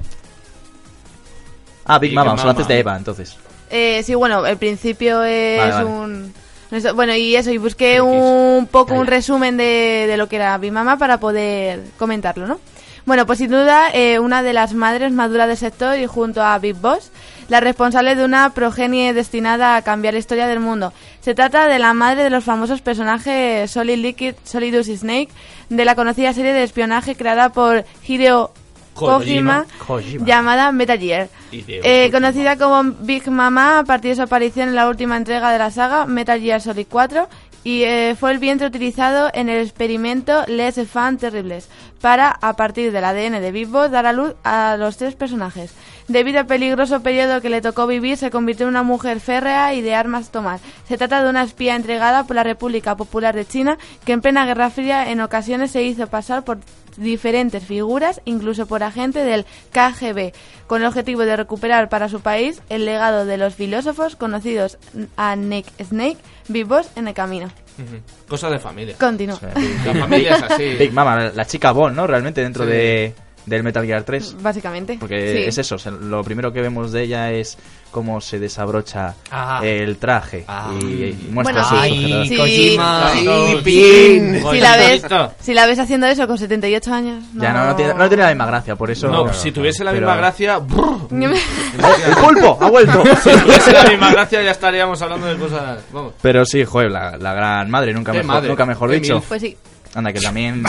Speaker 4: Ah, Big,
Speaker 5: Big
Speaker 4: Mama, o sea, lo
Speaker 5: Mama.
Speaker 4: haces de Eva, entonces.
Speaker 6: Eh, sí, bueno, el principio es
Speaker 4: Vale, vale.
Speaker 6: un... no sé, Bueno, y eso, y busqué
Speaker 2: Frikis.
Speaker 6: un poco
Speaker 4: Ya,
Speaker 6: un
Speaker 4: Ah, ya.
Speaker 6: resumen de, de lo que era mi mamá para poder comentarlo, ¿no? Bueno, pues sin duda, eh, una de las madres más duras del sector y junto a Big Boss, la responsable de una progenie destinada a cambiar la historia del mundo. Se trata de la madre de los famosos personajes Solid Liquid, Solidus y Snake, de la conocida serie de espionaje creada por Hideo Kojima, llamada Metal Gear. Eh, conocida como Big Mama a partir de su aparición en la última entrega de la saga, Metal Gear Solid 4, y eh, fue el vientre utilizado en el experimento Les Fan Terribles para, a partir del ADN de Bimbo, dar a luz a los tres personajes. Debido al peligroso periodo que le tocó vivir, se convirtió en una mujer férrea y de armas tomar. Se trata de una espía entregada por la República Popular de China que en plena Guerra Fría en ocasiones se hizo pasar por diferentes figuras, incluso por agente del KGB, con el objetivo de recuperar para su país el legado de los filósofos conocidos a Nick Snake vivos en el camino.
Speaker 5: Ujú. Cosa de familia.
Speaker 6: Continúo.
Speaker 5: La familia es así.
Speaker 4: Big Mama, la- la chica Bond, ¿no? Realmente dentro de, del Metal Gear 3.
Speaker 6: Básicamente.
Speaker 4: Porque
Speaker 6: Sí.
Speaker 4: es eso, o sea, lo primero que vemos de ella es cómo se desabrocha
Speaker 2: Ah.
Speaker 4: el traje
Speaker 2: Ah.
Speaker 4: y, y muestra
Speaker 6: Bueno,
Speaker 4: su
Speaker 6: Ay,
Speaker 4: sujetador.
Speaker 6: sí.
Speaker 2: Kojima,
Speaker 6: Sí,
Speaker 2: no,
Speaker 7: pin.
Speaker 2: Kojima,
Speaker 6: Si la, ves,
Speaker 2: listo.
Speaker 6: si la ves haciendo eso con 78 años. No.
Speaker 4: Ya no, no, tiene, no tiene la misma gracia, por eso...
Speaker 5: No, si tuviese la
Speaker 4: pero-
Speaker 5: misma gracia. brr,
Speaker 4: ¡Oh, ¡El pulpo! ¡Ha vuelto!
Speaker 5: si tuviese la misma gracia ya estaríamos hablando de cosas. Vamos.
Speaker 4: Pero sí, joder, la, la gran madre, nunca
Speaker 5: Qué
Speaker 4: mejor,
Speaker 5: madre,
Speaker 4: nunca mejor
Speaker 5: qué
Speaker 4: dicho.
Speaker 5: milf.
Speaker 6: Pues sí.
Speaker 4: Anda, que también...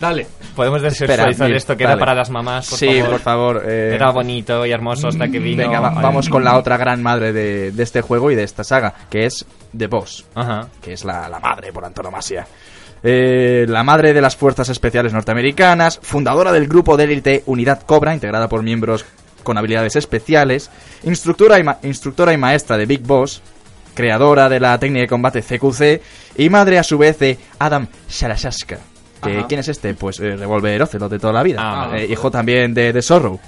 Speaker 5: Dale.
Speaker 2: Podemos
Speaker 4: Espera,
Speaker 2: desexualizar
Speaker 4: mil,
Speaker 2: esto que era
Speaker 4: vale.
Speaker 2: para las
Speaker 5: Ah,
Speaker 2: mamás, por
Speaker 4: sí,
Speaker 2: favor.
Speaker 4: por favor. eh,
Speaker 2: Era bonito y hermoso hasta que vino.
Speaker 4: venga, va- vamos con la otra gran madre de, de este juego y de esta saga, que es The Boss.
Speaker 2: Ajá.
Speaker 4: que es la, la madre por antonomasia. Eh, la madre de las Fuerzas Especiales Norteamericanas, fundadora del grupo de élite Unidad Cobra, integrada por miembros con habilidades especiales, instructora y, ma- instructora y maestra de Big Boss, creadora de la técnica de combate CQC y madre a su vez de Adam Sharashaska. Que,
Speaker 5: Ajá.
Speaker 4: ¿Quién es este? Pues eh, Revolver Ocelot de toda la vida.
Speaker 2: Ah,
Speaker 4: Eh,
Speaker 5: vale.
Speaker 4: hijo también de, de Sorrow.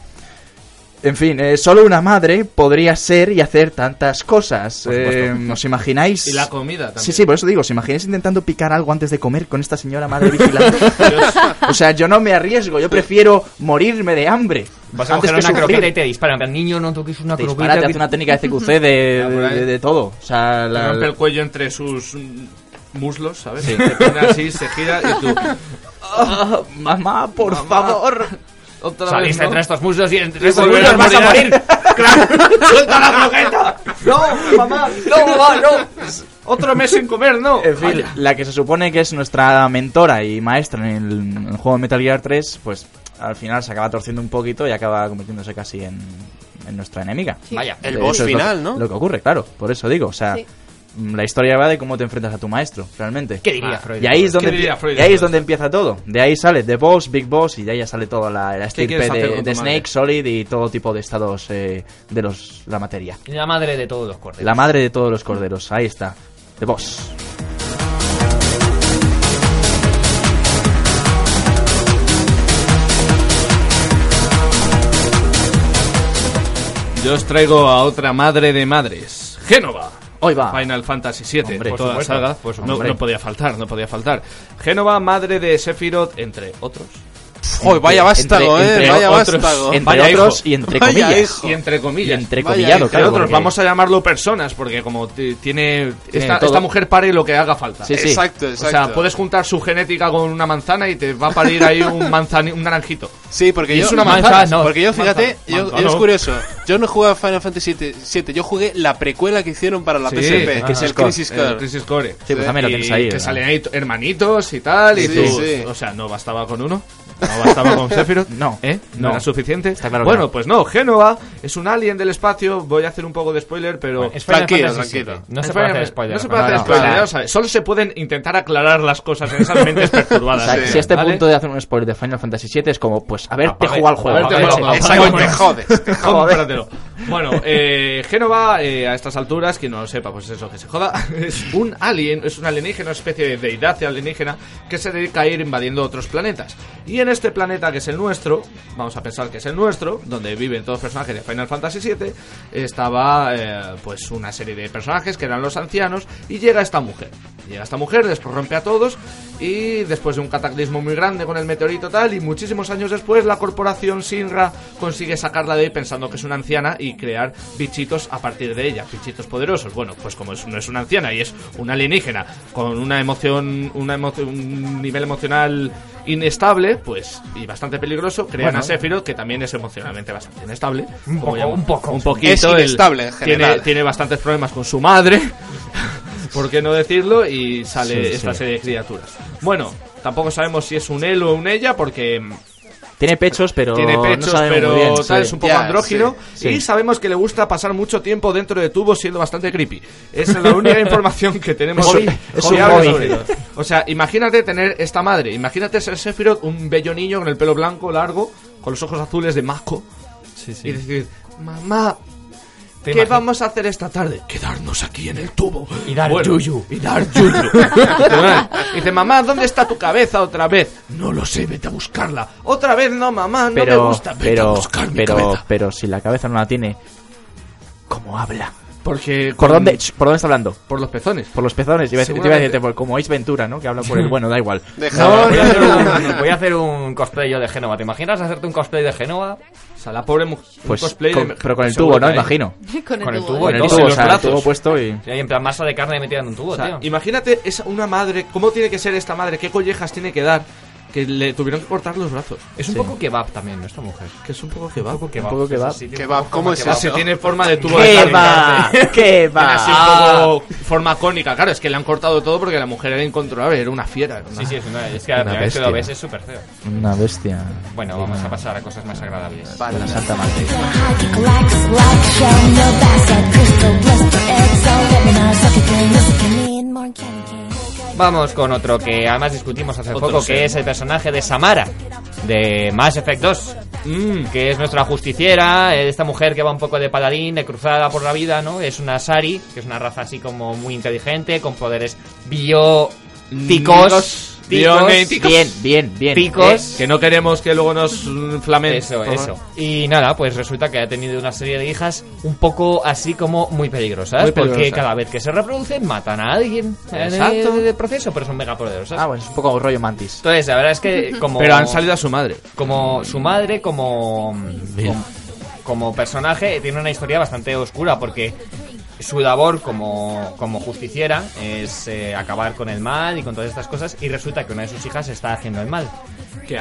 Speaker 4: En fin, eh, solo una madre podría ser y hacer tantas cosas. Eh, ¿Os imagináis?
Speaker 5: Y la comida también.
Speaker 4: Sí, sí, por eso digo, si imagináis intentando picar algo antes de comer con esta señora madre vigilante. o sea, yo no me arriesgo, yo prefiero morirme de hambre.
Speaker 2: Vas a
Speaker 4: antes
Speaker 2: coger
Speaker 4: que
Speaker 2: una
Speaker 4: sufrir.
Speaker 2: croqueta y te disparan. En plan, niño, no toques una
Speaker 4: Te
Speaker 2: croqueta.
Speaker 4: dispara, te
Speaker 2: que-
Speaker 4: hace una técnica de CQC de, de, de- de todo. O sea,
Speaker 5: Le
Speaker 4: la,
Speaker 5: rompe el cuello entre sus mm, muslos, ¿sabes? Se pone así, se gira y tú.
Speaker 4: Ah, mamá, por favor.
Speaker 5: "Ah, Otra
Speaker 2: Salís
Speaker 5: vez,
Speaker 2: entre
Speaker 5: ¿no?
Speaker 2: estos muslos y entre
Speaker 5: Eso
Speaker 2: estos muslos vas a
Speaker 5: morirás.
Speaker 2: morir.
Speaker 5: ¡Suelta la croqueta! ¡No, mamá! ¡No, mamá! ¡No! Otro mes sin comer, no.
Speaker 4: En fin, la que se supone que es nuestra mentora y maestra en el, en el juego Metal Gear 3, pues al final se acaba torciendo un poquito y acaba convirtiéndose casi en, en nuestra enemiga.
Speaker 2: Vaya.
Speaker 7: El
Speaker 4: De
Speaker 7: boss
Speaker 4: hecho, es
Speaker 7: final,
Speaker 4: lo,
Speaker 7: ¿no?
Speaker 4: Lo que ocurre, claro, por eso digo, o sea,
Speaker 6: Sí.
Speaker 4: mm, la historia va de cómo te enfrentas a tu maestro, realmente.
Speaker 2: ¿Qué diría Freud?
Speaker 4: Y ahí es donde,
Speaker 5: ¿Qué diría
Speaker 4: empie- y
Speaker 5: Freud
Speaker 4: ahí es
Speaker 5: entonces?
Speaker 4: donde empieza todo. De ahí sale The Boss, Big Boss y de ahí ya sale toda la, la estirpe
Speaker 5: quieres hacer
Speaker 4: de,
Speaker 5: con tu
Speaker 4: de
Speaker 5: madre?
Speaker 4: Snake, Solid y todo tipo de estados eh, de los la materia.
Speaker 2: La madre de todos los cortes.
Speaker 4: La madre de todos los corderos, ahí está. The Boss.
Speaker 5: Yo os traigo a otra madre de madres, Génova.
Speaker 4: Hoy va.
Speaker 5: Final Fantasy VII,
Speaker 4: Hombre,
Speaker 5: Ah. por
Speaker 4: por
Speaker 5: toda la
Speaker 4: supuesto,
Speaker 5: saga.
Speaker 4: por
Speaker 5: no,
Speaker 4: supuesto.
Speaker 5: no podía faltar, no podía faltar. Génova, madre de Sephiroth, entre otros.
Speaker 7: Joder, vaya vástago,
Speaker 4: Entre-
Speaker 7: eh.
Speaker 4: entre
Speaker 7: vaya
Speaker 4: otros-
Speaker 7: vástago.
Speaker 4: Entre
Speaker 5: Vaya
Speaker 4: otros
Speaker 5: hijo.
Speaker 4: y entre
Speaker 7: Vaya
Speaker 4: comillas.
Speaker 7: hijo.
Speaker 5: Y entre
Speaker 4: Y
Speaker 5: comillas.
Speaker 4: entrecomillado,
Speaker 7: hijo.
Speaker 5: Entre
Speaker 4: claro.
Speaker 5: otros,
Speaker 4: porque-
Speaker 5: vamos a llamarlo personas, porque como t- tiene. Esta,
Speaker 4: todo.
Speaker 5: esta mujer pare lo que haga falta.
Speaker 4: Sí, sí.
Speaker 7: Exacto,
Speaker 5: O
Speaker 7: exacto.
Speaker 5: sea, puedes juntar su genética con una manzana y te va a parir ahí un, manzani- un naranjito.
Speaker 7: Sí, porque
Speaker 5: Y
Speaker 7: yo,
Speaker 5: es una manzana, no.
Speaker 7: porque yo fíjate,
Speaker 5: Manzana,
Speaker 2: Ah,
Speaker 7: yo,
Speaker 5: manzana,
Speaker 7: yo es
Speaker 5: no.
Speaker 7: curioso. Yo no jugaba Final Fantasy VII, VII, yo jugué la precuela que hicieron para la
Speaker 5: Sí,
Speaker 7: PSP,
Speaker 5: ah,
Speaker 7: que es
Speaker 4: Crisis
Speaker 7: el
Speaker 4: Core.
Speaker 7: Crisis
Speaker 5: El
Speaker 7: Core.
Speaker 5: Crisis Core.
Speaker 4: Sí, pues también lo
Speaker 5: Y
Speaker 4: tienes ahí.
Speaker 5: Que
Speaker 4: ¿verdad?
Speaker 5: salían ahí hermanitos y tal. Y
Speaker 7: Sí,
Speaker 5: tú,
Speaker 7: sí.
Speaker 5: O sea, no bastaba con uno. No bastaba con Sephiroth.
Speaker 4: No,
Speaker 5: ¿Eh? No,
Speaker 4: no.
Speaker 5: era suficiente.
Speaker 4: Está claro que
Speaker 5: bueno,
Speaker 4: no.
Speaker 5: pues no. Génova es un alien del espacio. Voy a hacer un poco de spoiler, pero.
Speaker 2: Es Final
Speaker 7: Tranquilo,
Speaker 2: Fantasy VII.
Speaker 7: tranquilo.
Speaker 2: No se
Speaker 5: Es
Speaker 2: puede
Speaker 5: Final-
Speaker 2: hacer spoiler.
Speaker 5: No se puede
Speaker 4: No,
Speaker 5: hacer
Speaker 4: no,
Speaker 5: spoiler,
Speaker 7: claro.
Speaker 5: ya lo sabes. Solo se pueden intentar aclarar las cosas en esas mentes
Speaker 4: O
Speaker 5: perturbadas.
Speaker 4: sea,
Speaker 5: Sí.
Speaker 4: si este
Speaker 5: ¿Vale?
Speaker 4: punto de hacer un spoiler de Final Fantasy VII es como, pues, haberte
Speaker 2: Apaga-
Speaker 4: jugado al juego.
Speaker 5: haberte
Speaker 4: a ver,
Speaker 5: jugado
Speaker 4: sí.
Speaker 5: al juego.
Speaker 7: Exacto, me jodes.
Speaker 5: Cómpratelo. Bueno, eh, Génova, eh, a estas alturas, quien no lo sepa, pues eso, que se joda, es un alien, es un alienígena, una especie de deidad alienígena que se dedica a ir invadiendo otros planetas. Y en este planeta, que es el nuestro, vamos a pensar que es el nuestro, donde viven todos los personajes de Final Fantasy VII, estaba eh, pues una serie de personajes que eran los ancianos y llega esta mujer. Llega esta mujer, les corrompe a todos y después de un cataclismo muy grande con el meteorito tal y muchísimos años después la corporación Sinra consigue sacarla de ahí pensando que es una anciana y crear bichitos a partir de ella, bichitos poderosos. Bueno, pues como es, no es una anciana y es una alienígena con una emoción, una emo- un nivel emocional inestable, pues y bastante peligroso, crean a Sephiroth que también es emocionalmente bastante inestable. Un
Speaker 2: poco, un poco.
Speaker 5: un poquito
Speaker 7: Es
Speaker 5: el-
Speaker 7: inestable en
Speaker 5: tiene,
Speaker 7: general.
Speaker 5: tiene bastantes problemas con su madre. ¿Por qué no decirlo? Y sale
Speaker 4: Sí,
Speaker 5: esta
Speaker 4: sí.
Speaker 5: serie de criaturas. Bueno, tampoco sabemos si es un él o un ella, porque mm,
Speaker 4: Tiene pechos, pero
Speaker 5: Tiene pechos,
Speaker 4: no sabemos
Speaker 5: pero
Speaker 4: muy bien.
Speaker 5: tal,
Speaker 4: sí.
Speaker 5: es un poco
Speaker 7: Ya,
Speaker 5: andrógino.
Speaker 4: sí,
Speaker 5: Y
Speaker 4: sí.
Speaker 5: sabemos que le gusta pasar mucho tiempo dentro de tubos siendo bastante creepy. Esa es la única información que tenemos
Speaker 4: Es un-
Speaker 5: hoy
Speaker 4: es un
Speaker 5: fiable
Speaker 4: hobby.
Speaker 5: sobre él. O sea, imagínate tener esta madre. Imagínate ser Sephiroth, un bello niño con el pelo blanco, largo, con los ojos azules de maco. Y decir, mamá, ¿qué
Speaker 2: imaginas?
Speaker 5: vamos a hacer esta tarde? Quedarnos aquí en el tubo.
Speaker 2: Y dar yuyu.
Speaker 5: Y dar yuyu. De verdad. Y dice, mamá, ¿dónde está tu cabeza otra vez? No lo sé, vete a buscarla. Otra vez no, mamá, no
Speaker 4: pero,
Speaker 5: me gusta. Vete a
Speaker 4: pero,
Speaker 5: buscar mi
Speaker 4: pero,
Speaker 5: cabeza.
Speaker 4: pero si la cabeza no la tiene, ¿cómo habla?
Speaker 5: Porque...
Speaker 4: ¿Por
Speaker 5: con-
Speaker 4: dónde, ch, ¿Por dónde está hablando?
Speaker 5: Por los pezones.
Speaker 4: Por los pezones. Yo iba a decir- yo iba a
Speaker 5: Mm. Seguramente.
Speaker 4: decirte, por- como Ace Ventura, ¿no? Que habla por el bueno, da igual.
Speaker 7: Deja-
Speaker 2: No, voy, a hacer un, voy a hacer un cosplay yo de Génova. ¿Te imaginas hacerte un cosplay de Génova?
Speaker 5: O sea, la pobre mujer...
Speaker 4: Pues, con- pero con el tubo, ¿no? Imagino.
Speaker 2: Con, el tubo, y
Speaker 4: Con el
Speaker 2: todo.
Speaker 4: tubo,
Speaker 5: en
Speaker 4: o
Speaker 5: los
Speaker 4: sea, el
Speaker 5: brazos.
Speaker 4: tubo puesto y...
Speaker 2: Sí, ahí en plan masa de carne metida en un tubo,
Speaker 5: O sea,
Speaker 2: tío.
Speaker 5: imagínate esa una madre, ¿cómo tiene que ser esta madre? ¿Qué collejas tiene que dar? Que le tuvieron que cortar los brazos.
Speaker 2: Es un poco kebab también, ¿no? Esta mujer.
Speaker 5: Que es un poco que va.
Speaker 2: Kebab.
Speaker 4: poco kebab.
Speaker 2: Sí, sí, tiene
Speaker 7: Kebab,
Speaker 2: un poco
Speaker 7: ¿cómo
Speaker 2: forma
Speaker 7: es
Speaker 5: O sea,
Speaker 2: kebab.
Speaker 5: se
Speaker 7: eso?
Speaker 5: tiene forma de tubo de
Speaker 4: ¡Qué
Speaker 5: Harry
Speaker 4: va!
Speaker 5: Carter.
Speaker 4: ¡Qué
Speaker 5: Tiene
Speaker 4: va!
Speaker 5: así un poco forma cónica. Claro, es que le han cortado todo porque la mujer era incontrolable, era una fiera. era una-
Speaker 2: Sí, sí, es, una, es que la
Speaker 4: Una
Speaker 2: primera vez que lo
Speaker 4: bestia.
Speaker 2: ves es súper feo.
Speaker 4: Una bestia.
Speaker 2: Bueno, vamos a pasar a cosas más agradables.
Speaker 7: Vale,
Speaker 4: La Santa Madre.
Speaker 2: Vamos con otro que además discutimos hace
Speaker 5: Otro
Speaker 2: poco,
Speaker 5: ser.
Speaker 2: que es el personaje de Samara, de Mass Effect 2.
Speaker 5: Mm.
Speaker 2: que es nuestra justiciera, eh, esta mujer que va un poco de paladín, de cruzada por la vida, ¿no? Es una Sari, que es una raza así como muy inteligente, con poderes bio... Ticos,
Speaker 5: Nicos, bionéticos.
Speaker 4: Bien, bien, bien.
Speaker 2: Ticos.
Speaker 5: Que no queremos que luego nos mm, flamen.
Speaker 2: Eso, eso. Y nada, pues resulta que ha tenido una serie de hijas un poco así como muy peligrosas,
Speaker 5: Muy
Speaker 2: porque
Speaker 5: peligrosas.
Speaker 2: cada vez que se reproducen matan a alguien eh,
Speaker 5: Exacto.
Speaker 2: en el proceso, pero son mega poderosas.
Speaker 4: Ah, bueno, es un poco rollo mantis.
Speaker 2: Entonces, la verdad es que como...
Speaker 5: Pero han salido a su madre.
Speaker 2: como su madre, como, como, como personaje, tiene una historia bastante oscura porque su labor como, como justiciera es eh, acabar con el mal y con todas estas cosas y resulta que una de sus hijas está haciendo el mal.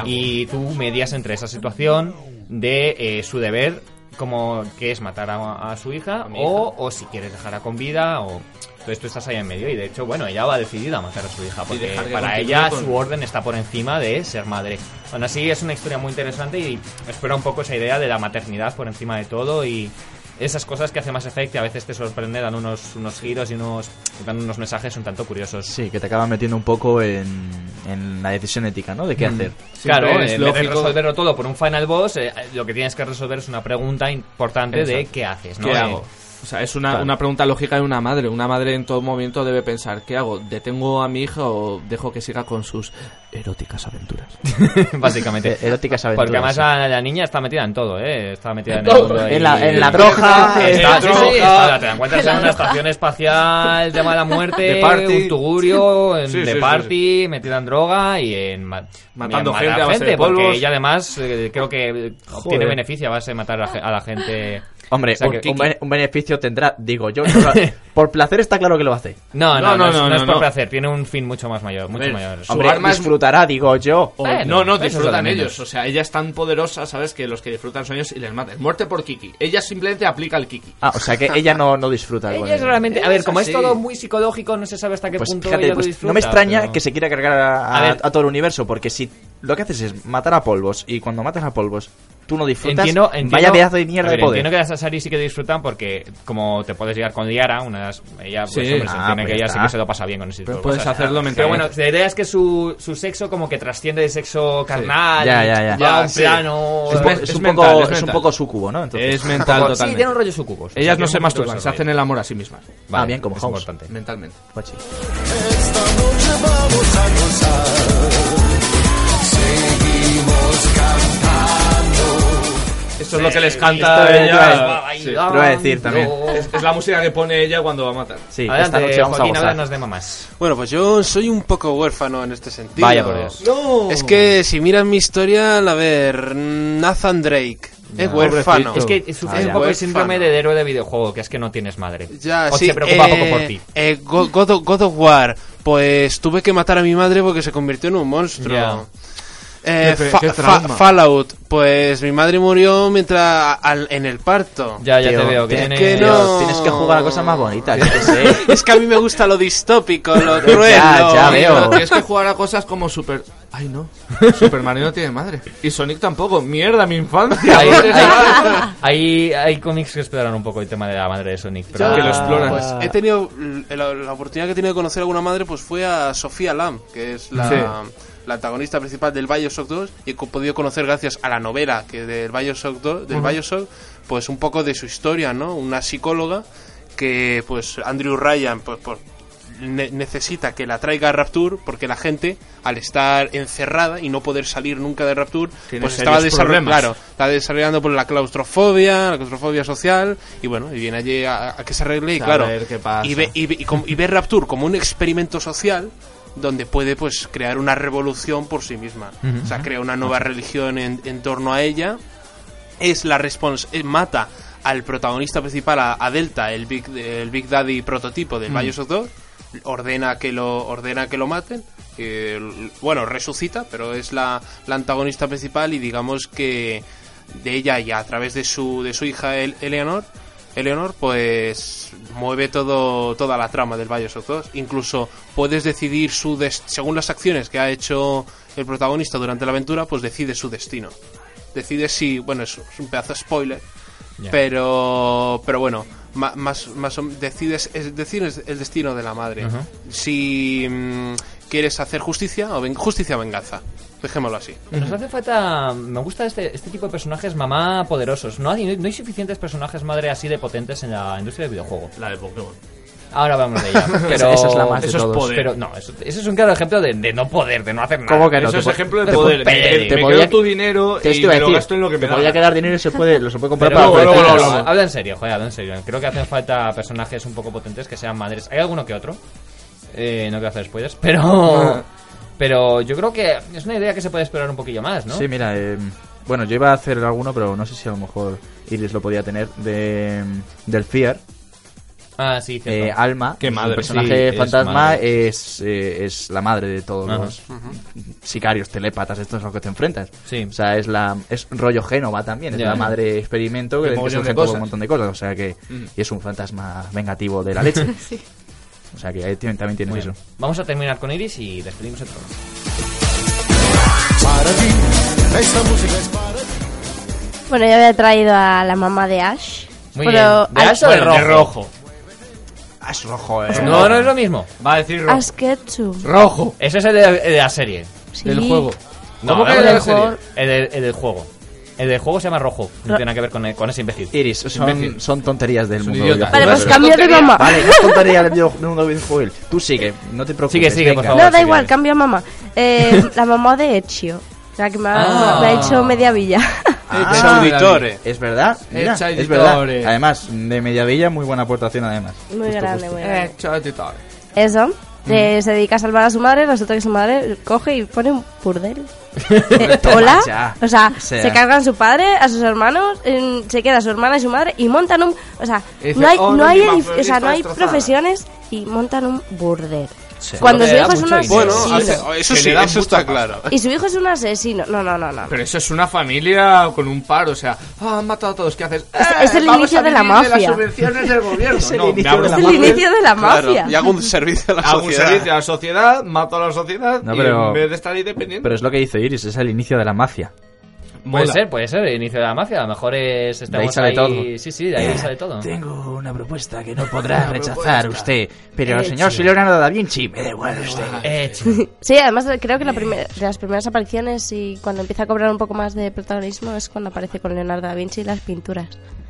Speaker 2: Y tú medias entre esa situación de eh, su deber, como que es matar a, a su hija, o, o si quieres dejarla con vida, o... Entonces tú estás ahí en medio y de hecho, bueno, ella va decidida a matar a su hija, porque
Speaker 5: dejar que
Speaker 2: para
Speaker 5: continúe
Speaker 2: ella
Speaker 5: con-
Speaker 2: su orden está por encima de ser madre. Aún así es una historia muy interesante y espera un poco esa idea de la maternidad por encima de todo y... Esas cosas que hace más Effect que a veces te sorprende, dan unos, unos giros y unos, dan unos mensajes un tanto curiosos.
Speaker 4: Sí, que te acaba metiendo un poco en, en la decisión ética, ¿no? De
Speaker 2: Mm.
Speaker 4: qué hacer.
Speaker 5: Siempre
Speaker 2: Claro,
Speaker 5: es
Speaker 2: en vez de
Speaker 5: lógico.
Speaker 2: resolverlo todo por un final boss, eh, lo que tienes que resolver es una pregunta importante de
Speaker 5: Exacto.
Speaker 2: qué haces, ¿no?
Speaker 5: ¿Qué
Speaker 2: Eh,
Speaker 5: hago? O sea, es una,
Speaker 4: Claro.
Speaker 5: una pregunta lógica de una madre. Una madre en todo momento debe pensar, ¿qué hago? ¿Detengo a mi hija o dejo que siga con sus eróticas aventuras?
Speaker 2: básicamente.
Speaker 4: Eh, eróticas aventuras.
Speaker 2: Porque además
Speaker 4: sí.
Speaker 2: la, la niña está metida en todo, ¿eh? Está metida en, el
Speaker 5: todo.
Speaker 2: mundo.
Speaker 4: En la,
Speaker 2: ahí.
Speaker 4: en la droga,
Speaker 2: Está-
Speaker 4: está-
Speaker 2: sí,
Speaker 5: droga.
Speaker 2: sí, está- te la encuentras en una estación espacial, tema de la muerte,
Speaker 5: De party.
Speaker 2: un tugurio, en-
Speaker 5: Sí,
Speaker 2: de
Speaker 5: sí, sí,
Speaker 2: party, metida en droga y en ma-
Speaker 5: Matando
Speaker 2: y en
Speaker 5: gente
Speaker 2: matar
Speaker 5: a base de
Speaker 2: porque
Speaker 5: polvos.
Speaker 2: ella además eh, creo que eh, obtiene
Speaker 4: Joder.
Speaker 2: beneficio a base de matar a, la ge- a la gente.
Speaker 4: Hombre,
Speaker 2: O sea,
Speaker 4: un,
Speaker 2: que-
Speaker 4: un bene- un beneficio tendrá, digo yo. no lo- por placer está claro que lo hace.
Speaker 2: No, no, no,
Speaker 5: No, no,
Speaker 2: es,
Speaker 5: no,
Speaker 2: no es
Speaker 5: no,
Speaker 2: por
Speaker 5: no.
Speaker 2: placer, tiene un fin mucho más mayor, mucho
Speaker 5: ver,
Speaker 2: mayor.
Speaker 5: su-
Speaker 4: Hombre,
Speaker 5: arma es-
Speaker 4: disfrutará, digo yo.
Speaker 5: O-
Speaker 2: Bueno,
Speaker 5: no, no,
Speaker 2: eso es lo
Speaker 5: disfrutan
Speaker 2: de menos.
Speaker 5: ellos. O sea, ella es tan poderosa, ¿sabes? Que los que disfrutan son ellos y les matan. Muerte por Kiki. Ella simplemente aplica el Kiki.
Speaker 4: Ah, o sea que ella no, no disfruta. con
Speaker 2: Ella es
Speaker 4: el-
Speaker 2: realmente, Eh, a ver, como es
Speaker 5: así.
Speaker 2: todo muy psicológico, no se sabe hasta qué
Speaker 4: Pues
Speaker 2: punto
Speaker 4: fíjate,
Speaker 2: ella lo
Speaker 4: pues
Speaker 2: disfruta,
Speaker 4: no me extraña
Speaker 2: pero-
Speaker 4: que se quiera cargar a,
Speaker 2: A ver.
Speaker 4: a- a todo el universo, porque si lo que haces es matar a polvos y cuando matas a polvos tú no disfrutas,
Speaker 2: Entiendo, entiendo-
Speaker 4: vaya pedazo de mierda
Speaker 2: a ver,
Speaker 4: de poder.
Speaker 2: Entiendo que las Asari sí que disfrutan porque, como te puedes llegar con Liara, una de las- ella, pues,
Speaker 5: Sí.
Speaker 2: hombre, se
Speaker 4: Ah,
Speaker 2: entiende
Speaker 4: pues
Speaker 2: que
Speaker 4: ya
Speaker 2: ella sí
Speaker 4: está.
Speaker 2: que se lo pasa bien con ese tipo
Speaker 5: Pero
Speaker 2: de
Speaker 5: puedes
Speaker 2: cosas.
Speaker 5: hacerlo
Speaker 2: Pero
Speaker 5: mentalmente.
Speaker 2: bueno, la idea es que su, su sexo como que trasciende de sexo carnal,
Speaker 4: Ya,
Speaker 2: y
Speaker 4: ya, ya.
Speaker 2: va a
Speaker 5: Ya,
Speaker 2: un
Speaker 5: sí.
Speaker 2: plano...
Speaker 5: Es
Speaker 4: Es, un
Speaker 5: men-
Speaker 4: poco- es un
Speaker 5: mental,
Speaker 4: poco,
Speaker 5: es
Speaker 4: es un
Speaker 5: mental.
Speaker 4: poco sucubo, ¿no? Entonces,
Speaker 5: es mental
Speaker 2: sí,
Speaker 5: totalmente.
Speaker 2: tiene un rollo sucubos.
Speaker 5: Ellas no se masturban, se hacen el amor a sí mismas.
Speaker 4: Ah, bien, como
Speaker 2: es
Speaker 4: House.
Speaker 2: importante.
Speaker 5: Mentalmente.
Speaker 4: Pochi.
Speaker 5: Esto es lo que les canta
Speaker 4: esto
Speaker 5: a
Speaker 4: es-
Speaker 5: ella.
Speaker 2: Ay,
Speaker 5: Sí.
Speaker 4: lo voy a decir también.
Speaker 5: Es, es la música que pone ella cuando va a matar.
Speaker 4: Sí, esta
Speaker 2: Adelante,
Speaker 4: noche vamos
Speaker 2: Joaquín,
Speaker 4: a gozar.
Speaker 2: háblanos de mamás.
Speaker 7: Bueno, pues yo soy un poco huérfano en este sentido.
Speaker 4: Vaya por Dios.
Speaker 5: No.
Speaker 7: Es que si miras mi historia, a ver, Nathan Drake es huérfano.
Speaker 2: Es que sufres
Speaker 4: Ah,
Speaker 2: un
Speaker 4: ya.
Speaker 2: poco el
Speaker 7: Huérfano.
Speaker 2: síndrome de héroe de videojuego, que es que no tienes madre.
Speaker 7: Pues Ya,
Speaker 2: o
Speaker 7: sí,
Speaker 2: se preocupa
Speaker 7: eh,
Speaker 2: poco por ti.
Speaker 7: eh, Go- God, of- God of War, pues tuve que matar a mi madre porque se convirtió en un monstruo.
Speaker 2: Ya.
Speaker 7: Eh,
Speaker 5: Qué pe-
Speaker 7: fa-
Speaker 5: qué
Speaker 7: fa-
Speaker 5: trauma.
Speaker 7: Fallout, pues mi madre murió mientras al- en el parto.
Speaker 2: Ya, ya
Speaker 10: Tío,
Speaker 2: te veo. Que
Speaker 10: es
Speaker 2: tiene-
Speaker 7: que no.
Speaker 10: Tienes que jugar a cosas más bonitas, yo qué sé.
Speaker 7: Es que a mí me gusta lo distópico, lo cruel.
Speaker 10: Ya,
Speaker 7: lo-
Speaker 10: ya
Speaker 5: Pero
Speaker 10: veo.
Speaker 5: tienes que jugar a cosas como Super. Ay, no. Super Mario no tiene madre. Y Sonic tampoco. Mierda, mi infancia.
Speaker 2: Hay,
Speaker 5: ¿dónde está?
Speaker 2: hay- hay- hay cómics que exploran un poco el tema de la madre de Sonic. Pero
Speaker 5: Ya, que lo exploran.
Speaker 7: Pues he tenido la, la oportunidad que he tenido de conocer a una madre, pues fue a Sofía Lam, que es la,
Speaker 5: Sí.
Speaker 7: la antagonista principal del Bioshock 2 y que he podido conocer gracias a la novela que del Bioshock 2, del Bioshock, pues un poco de su historia, ¿no? Una psicóloga que pues Andrew Ryan pues por- ne- necesita que la traiga a Rapture porque la gente al estar encerrada y no poder salir nunca de Rapture
Speaker 5: Tiene
Speaker 7: pues estaba
Speaker 5: serios
Speaker 7: desarrollando
Speaker 5: problemas.
Speaker 7: claro, está desarrollando por la claustrofobia, la claustrofobia social, y bueno, y viene allí a, a que se arregle, y
Speaker 5: A
Speaker 7: claro,
Speaker 5: ver qué pasa.
Speaker 7: y ve, y, ve- y com- y ve Rapture como un experimento social donde puede pues crear una revolución por sí misma. O sea, crea una nueva religión en, en torno a ella, es la respons eh, mata al protagonista principal, a, a Delta, el Big, el Big Daddy prototipo del Bioshock 2, ordena que lo, ordena que lo maten, eh, l- bueno, resucita, pero es la, la antagonista principal y digamos que de ella y a través de su, de su hija El- Eleanor, Eleanor, pues mueve todo, toda la trama del Bioshock 2. Incluso puedes decidir su des- según las acciones que ha hecho el protagonista durante la aventura, pues decide su destino decides si, bueno, es es un pedazo de spoiler, pero pero bueno, ma- más, más o- decides es- decides el destino de la madre. Si mm, quieres hacer justicia o ven- justicia o venganza, dejémoslo así.
Speaker 2: Nos hace falta. Me gusta este, este tipo de personajes mamá poderosos. No hay, no hay suficientes personajes madre así de potentes en la industria del videojuego.
Speaker 5: La de Pokémon.
Speaker 2: Ahora vamos de ella. Pero,
Speaker 4: Esa- esa es la más de
Speaker 5: Eso es
Speaker 4: todos.
Speaker 5: poder.
Speaker 2: Pero no, eso- ese es un claro ejemplo de, de no poder, de no hacer nada.
Speaker 4: ¿Cómo que no?
Speaker 5: Eso es
Speaker 4: po-
Speaker 5: ejemplo de
Speaker 4: te po-
Speaker 5: poder. Me,
Speaker 2: pe-
Speaker 5: me
Speaker 2: te
Speaker 5: quedo
Speaker 4: podía-
Speaker 5: tu dinero
Speaker 4: te
Speaker 5: y
Speaker 4: esto iba
Speaker 5: me
Speaker 4: a
Speaker 5: lo
Speaker 4: decir,
Speaker 5: gasto en lo que me
Speaker 4: te
Speaker 5: da.
Speaker 4: podía quedar dinero y se puede, lo se puede comprar
Speaker 2: Pero,
Speaker 4: para
Speaker 5: luego, luego,
Speaker 4: coleccionar.
Speaker 5: luego, luego.
Speaker 2: Habla en serio, joder, habla en serio. Creo que hacen falta personajes un poco potentes que sean madres. Hay alguno que otro. Eh, no quiero hacer spoilers, pero. Pero yo creo que es una idea que se puede explorar un poquillo más, ¿no?
Speaker 4: Sí, mira, eh, bueno, yo iba a hacer alguno, pero no sé si a lo mejor Iris lo podía tener, de, del Fear.
Speaker 2: Ah, sí, cierto.
Speaker 4: Eh, Alma,
Speaker 5: Qué madre,
Speaker 4: el personaje
Speaker 2: sí, es
Speaker 4: fantasma,
Speaker 2: madre.
Speaker 4: es, eh, es la madre de todos
Speaker 2: Ajá.
Speaker 4: los sicarios, telépatas, estos es lo que te enfrentas.
Speaker 2: Sí.
Speaker 4: O sea, es la es rollo Génova también, es
Speaker 2: Ya.
Speaker 4: la madre experimento que,
Speaker 5: Qué
Speaker 4: que
Speaker 5: mogollón de
Speaker 4: surgen todo
Speaker 5: cosas.
Speaker 4: un montón de cosas. O sea que y es un fantasma vengativo de la leche. O sea que ahí tiene- también tienes
Speaker 2: Bueno,
Speaker 4: eso.
Speaker 2: vamos a terminar con Iris y despedimos el programa.
Speaker 1: Bueno, yo había traído a la mamá de Ash.
Speaker 2: Muy
Speaker 1: pero
Speaker 2: bien. ¿De
Speaker 1: Ash-
Speaker 2: Ash o de rojo?
Speaker 10: Es rojo, eh.
Speaker 2: No, no es lo mismo.
Speaker 5: Va a decir rojo.
Speaker 1: Ash Ketchum.
Speaker 5: Rojo.
Speaker 2: Ese es el de, el de la serie.
Speaker 1: Sí.
Speaker 5: Del juego.
Speaker 2: No,
Speaker 5: que
Speaker 2: no,
Speaker 5: el
Speaker 2: no,
Speaker 5: del
Speaker 2: serie.
Speaker 5: juego?
Speaker 2: El, del- el del juego. El del juego se llama rojo. No
Speaker 1: Ro-
Speaker 2: tiene nada que ver con, con ese imbécil.
Speaker 4: Iris, son,
Speaker 5: imbécil.
Speaker 4: son tonterías del
Speaker 5: un
Speaker 4: mundo.
Speaker 5: idiota.
Speaker 4: videojuego,
Speaker 1: Vale, pues
Speaker 4: pero-
Speaker 1: cambio de mamá.
Speaker 4: Vale, no es tontería del video- del mundo videojuego. Tú sigue, no te preocupes.
Speaker 2: Sigue, sigue, por
Speaker 4: venga.
Speaker 2: favor.
Speaker 1: No, da
Speaker 2: si
Speaker 1: igual,
Speaker 2: quieres.
Speaker 1: cambio a mamá. Eh, la mamá de Ezio. La que me ha,
Speaker 2: Ah.
Speaker 1: me ha hecho media villa.
Speaker 4: Ah,
Speaker 7: Es
Speaker 5: eh.
Speaker 7: auditore.
Speaker 4: Es verdad, mira,
Speaker 5: Echa
Speaker 4: es verdad.
Speaker 5: editores.
Speaker 4: Además, de Mediavilla, muy buena aportación además.
Speaker 1: Muy
Speaker 4: Justo,
Speaker 1: grande,
Speaker 4: justo.
Speaker 1: muy
Speaker 5: Eh,
Speaker 1: grande.
Speaker 5: chao, titán.
Speaker 1: Eso. que se dedica a salvar a su madre, resulta que su madre coge y pone un purdel. Eh, Hola.
Speaker 4: ya.
Speaker 1: O sea,
Speaker 4: O sea.
Speaker 1: se cargan su padre, a sus hermanos, eh, se queda su hermana y su madre y montan un... O sea,
Speaker 5: Y dice,
Speaker 1: no hay,
Speaker 5: "Oh,
Speaker 1: no hay,
Speaker 5: mi
Speaker 1: edif-
Speaker 5: mamá
Speaker 1: o sea, no hay
Speaker 5: está destrozada".
Speaker 1: profesiones y montan un burdel.
Speaker 2: Sí.
Speaker 1: Cuando
Speaker 2: Porque
Speaker 1: su
Speaker 2: le
Speaker 1: hijo
Speaker 2: da
Speaker 1: es
Speaker 2: mucho
Speaker 1: un
Speaker 2: dinero.
Speaker 1: asesino.
Speaker 7: Bueno,
Speaker 1: Sí,
Speaker 7: hace-
Speaker 1: sí.
Speaker 7: eso
Speaker 5: Que
Speaker 7: sí,
Speaker 5: le dan mucha
Speaker 7: eso está
Speaker 5: pasta.
Speaker 7: claro.
Speaker 1: Y su hijo es un asesino. No, no, no, no.
Speaker 5: Pero eso es una familia con un par, o sea, ah, han matado a todos, ¿qué haces?
Speaker 1: Es- es el
Speaker 5: vamos
Speaker 1: inicio
Speaker 5: a
Speaker 1: de la
Speaker 5: vivir las
Speaker 1: mafia.
Speaker 5: subvenciones del gobierno.
Speaker 4: Es el
Speaker 5: No, me
Speaker 4: inicio
Speaker 5: abro
Speaker 4: de la
Speaker 1: es el
Speaker 5: un Google,
Speaker 1: inicio de la
Speaker 7: Claro,
Speaker 1: mafia.
Speaker 7: y hago un servicio a la
Speaker 5: Hago un
Speaker 7: sociedad.
Speaker 5: servicio a la sociedad, mato a la sociedad
Speaker 4: No,
Speaker 5: y
Speaker 4: pero-
Speaker 5: en vez de estar ahí dependiendo.
Speaker 4: Pero es lo que dice Iris, es el inicio de la mafia.
Speaker 2: Puede
Speaker 5: mola.
Speaker 2: ser, puede ser, el inicio de la mafia. A lo mejor es.
Speaker 4: ahí
Speaker 2: estamos
Speaker 4: sale todo.
Speaker 2: Sí, sí, de ahí sale todo.
Speaker 4: Eh, Tengo una propuesta que no podrá rechazar usted, pero el señor soy Leonardo da Vinci, me da igual usted.
Speaker 2: Eh, chico.
Speaker 1: Sí, además creo que la primera de las primeras apariciones y cuando empieza a cobrar un poco más de protagonismo es cuando aparece con Leonardo da Vinci y las pinturas.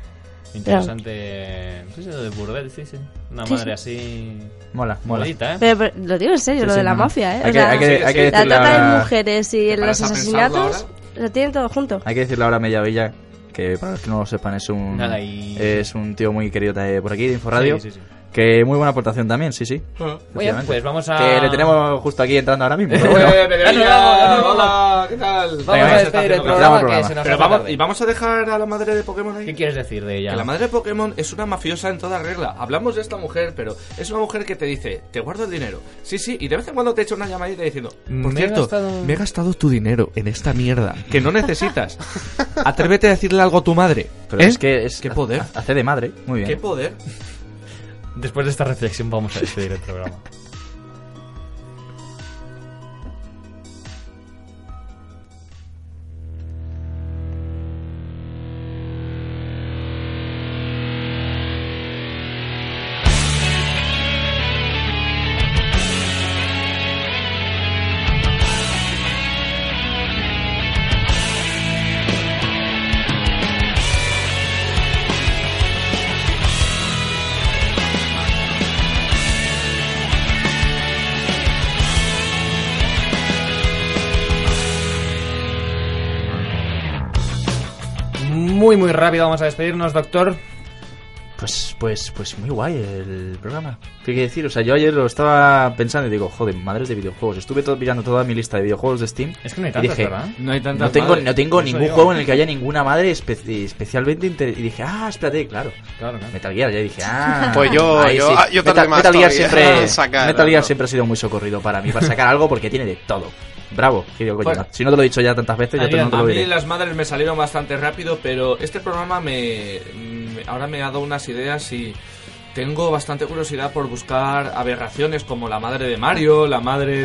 Speaker 2: Interesante. Sí, sí, lo de Burdel, sí, sí. Una
Speaker 1: Sí,
Speaker 2: madre así.
Speaker 4: Mola, mola.
Speaker 2: Molita, ¿eh?
Speaker 1: Pero, pero lo digo en serio,
Speaker 4: Sí,
Speaker 1: lo
Speaker 4: sí,
Speaker 1: de la
Speaker 4: no, no.
Speaker 1: mafia, ¿eh?
Speaker 4: Hay
Speaker 1: O
Speaker 4: que-
Speaker 1: sea,
Speaker 4: hay que- hay que
Speaker 1: la
Speaker 4: decirle
Speaker 1: trata
Speaker 4: ahora-
Speaker 1: de mujeres y
Speaker 5: ¿Te
Speaker 1: los
Speaker 5: paras a
Speaker 1: asesinatos
Speaker 5: pensarlo
Speaker 1: lo tienen todo junto.
Speaker 4: Hay que decirle ahora a Mediavilla que para los que no lo sepan es un
Speaker 2: Mm. Nada, y-
Speaker 4: es un tío muy querido de- Eh, por aquí de Inforradio.
Speaker 2: Sí, sí, sí.
Speaker 4: Que muy buena aportación también, sí, sí.
Speaker 5: ah.
Speaker 2: Muy bien, pues vamos a...
Speaker 4: Que le tenemos justo aquí entrando ahora mismo. pero
Speaker 5: ¡Eh,
Speaker 4: bueno.
Speaker 5: Peregrina! ¡Hola! ¿Qué tal?
Speaker 2: Venga,
Speaker 5: Vamos a
Speaker 2: vamos
Speaker 5: estar
Speaker 2: despedir el
Speaker 5: haciendo
Speaker 4: programa.
Speaker 2: programa
Speaker 4: Programa.
Speaker 2: que se nos
Speaker 5: Pero
Speaker 2: hace
Speaker 5: vamos,
Speaker 2: tarde.
Speaker 5: ¿Y vamos a dejar a la madre de Pokémon ahí?
Speaker 2: ¿Qué quieres decir de ella?
Speaker 5: Que la madre de Pokémon es una mafiosa en toda regla. Hablamos de esta mujer, pero es una mujer que te dice, te guardo el dinero. Sí, sí, y de vez en cuando te echa una llamadita diciendo, por
Speaker 2: Me he
Speaker 5: cierto,
Speaker 2: gastado-
Speaker 5: me he gastado tu dinero en esta mierda que no necesitas. Atrévete a decirle algo a tu madre.
Speaker 4: Pero
Speaker 5: ¿Eh?
Speaker 4: es que es...
Speaker 5: Qué poder.
Speaker 4: Hace de madre. Muy
Speaker 5: ¿Qué
Speaker 4: bien.
Speaker 5: poder?
Speaker 2: Después de esta reflexión vamos a despedir el programa. Muy, muy rápido vamos a despedirnos, doctor.
Speaker 4: Pues, pues, pues muy guay el programa. ¿Qué hay que decir? O sea, yo ayer lo estaba pensando y digo, joder, madres de videojuegos. Estuve todo, mirando toda mi lista de videojuegos de Steam.
Speaker 2: Es que no hay
Speaker 4: y
Speaker 2: tantas,
Speaker 4: dije,
Speaker 2: ¿verdad?
Speaker 5: No hay tantas
Speaker 4: No tengo,
Speaker 5: madres.
Speaker 4: no tengo
Speaker 2: Eso
Speaker 4: ningún
Speaker 2: digo.
Speaker 4: juego en el que haya ninguna madre espe- especialmente inter- Y dije, ah, espérate, claro.
Speaker 2: Claro, claro.
Speaker 4: Metal Gear, ya dije, ah.
Speaker 7: Pues yo- yo- ah, yo tardé
Speaker 4: Metal,
Speaker 7: más
Speaker 4: Metal Gear
Speaker 7: todavía
Speaker 4: siempre,
Speaker 7: en sacar,
Speaker 4: Metal Gear
Speaker 7: claro.
Speaker 4: siempre ha sido muy socorrido para mí, para sacar algo porque tiene de todo. Bravo, Hideo Kojima.
Speaker 5: Bueno.
Speaker 4: si no te lo he dicho ya tantas veces, ya te,
Speaker 2: Adiós.
Speaker 4: no te
Speaker 5: A
Speaker 4: lo
Speaker 5: mí
Speaker 4: diré.
Speaker 5: las madres me salieron bastante rápido, pero este programa me, me- ahora me ha dado unas ideas y tengo bastante curiosidad por buscar aberraciones como la madre de Mario, la madre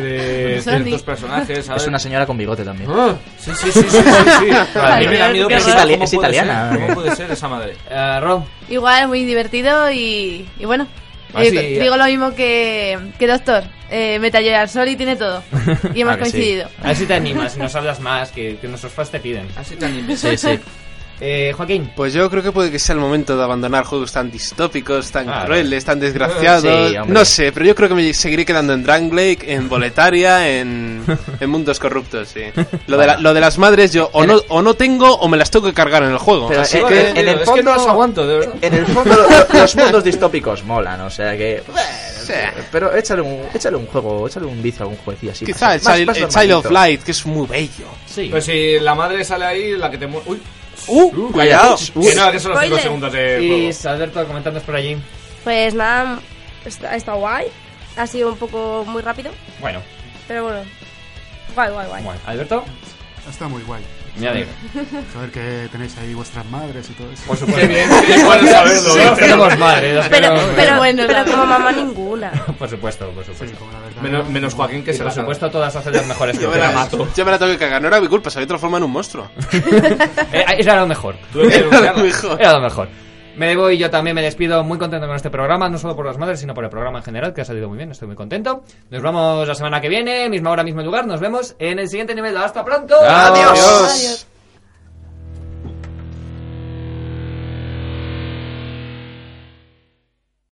Speaker 5: de
Speaker 6: Sonic.
Speaker 5: ciertos personajes. ¿sabes?
Speaker 4: Es una señora con bigote también.
Speaker 5: Ah, Sí, sí, sí, sí, sí, sí. A mí me da miedo
Speaker 6: Es
Speaker 5: pensar
Speaker 4: itali-
Speaker 5: cómo
Speaker 4: es
Speaker 5: puede ser,
Speaker 4: italiana.
Speaker 5: ¿Cómo puede ser esa madre?
Speaker 2: Eh, Rob,
Speaker 6: Igual, muy divertido y, y bueno.
Speaker 5: Ah,
Speaker 6: Eh,
Speaker 5: sí.
Speaker 6: digo lo mismo que, que Doctor. Eh, Metal Gear Solid tiene todo. Y hemos
Speaker 4: Ah, que sí.
Speaker 6: coincidido.
Speaker 2: a ver si te animas y nos hablas más, que, que nuestros fans te piden.
Speaker 5: Así tan imbécil.
Speaker 4: Sí, sí.
Speaker 2: Eh, Joaquín,
Speaker 7: Pues yo creo que puede que sea el momento de abandonar juegos tan distópicos, tan
Speaker 2: Ah,
Speaker 7: crueles, tan desgraciados.
Speaker 4: Sí, hombre.
Speaker 7: no sé, pero yo creo que me seguiré quedando en Dranglake, en Boletaria, en, en mundos corruptos, sí. Lo de, la- lo de las madres, yo o no, o no tengo o me las tengo que cargar en el juego.
Speaker 4: Pero,
Speaker 7: Así
Speaker 4: eh,
Speaker 7: que.
Speaker 4: eh, en el
Speaker 5: es que no
Speaker 4: fondo-
Speaker 5: os aguanto, de verdad.
Speaker 4: En el fondo, lo- lo- los mundos distópicos molan, o sea que. Pero échale un, échale un juego, échale un vicio a algún jueguecillo así.
Speaker 7: Quizá el,
Speaker 4: más-
Speaker 7: Child,
Speaker 4: más
Speaker 7: el Child of
Speaker 4: normalito.
Speaker 7: Light, que es muy bello.
Speaker 2: sí.
Speaker 5: Pues si la madre sale ahí, la que te mu- Uy,
Speaker 7: ¡Uh! cuidado.
Speaker 5: que no, que son los 5
Speaker 6: Spoiler.
Speaker 5: segundos de
Speaker 2: y
Speaker 5: juego.
Speaker 2: Alberto comentándonos por allí.
Speaker 11: Pues nada, está, está guay. Ha sido un poco muy rápido,
Speaker 2: Bueno,
Speaker 11: pero bueno. Guay, guay, guay.
Speaker 2: bueno. Alberto,
Speaker 12: Está muy guay.
Speaker 2: me alegro.
Speaker 12: Saber que tenéis ahí vuestras madres y todo eso.
Speaker 2: Por supuesto.
Speaker 5: Es bueno Pues saberlo,
Speaker 2: Sí,
Speaker 5: ¿eh?
Speaker 2: tenemos madre. las
Speaker 11: Pero,
Speaker 2: tenemos,
Speaker 11: pero,
Speaker 6: Bueno,
Speaker 11: pero
Speaker 6: la
Speaker 11: como mamá ninguna.
Speaker 2: Por supuesto, por supuesto.
Speaker 12: Sí, como la verdad.
Speaker 5: Menos, menos Joaquín que
Speaker 2: Y
Speaker 5: se
Speaker 2: por
Speaker 5: la supuesto.
Speaker 2: supuesto, todas hacen las mejores que
Speaker 7: Yo me,
Speaker 5: la
Speaker 7: la,
Speaker 2: tenemos.
Speaker 5: mato.
Speaker 7: yo me la tengo que cagar. No era mi culpa, se había transformado en un monstruo.
Speaker 2: Eh, Era lo mejor.
Speaker 5: Tuve que denunciarla.
Speaker 7: Mejor.
Speaker 2: Era lo mejor. Me debo y yo también me despido muy contento con este programa, no solo por las madres, sino por el programa en general, que ha salido muy bien, estoy muy contento. Nos vemos la semana que viene, misma hora, mismo lugar, nos vemos en el siguiente nivel. ¡Hasta pronto!
Speaker 7: Adiós.
Speaker 6: Adiós.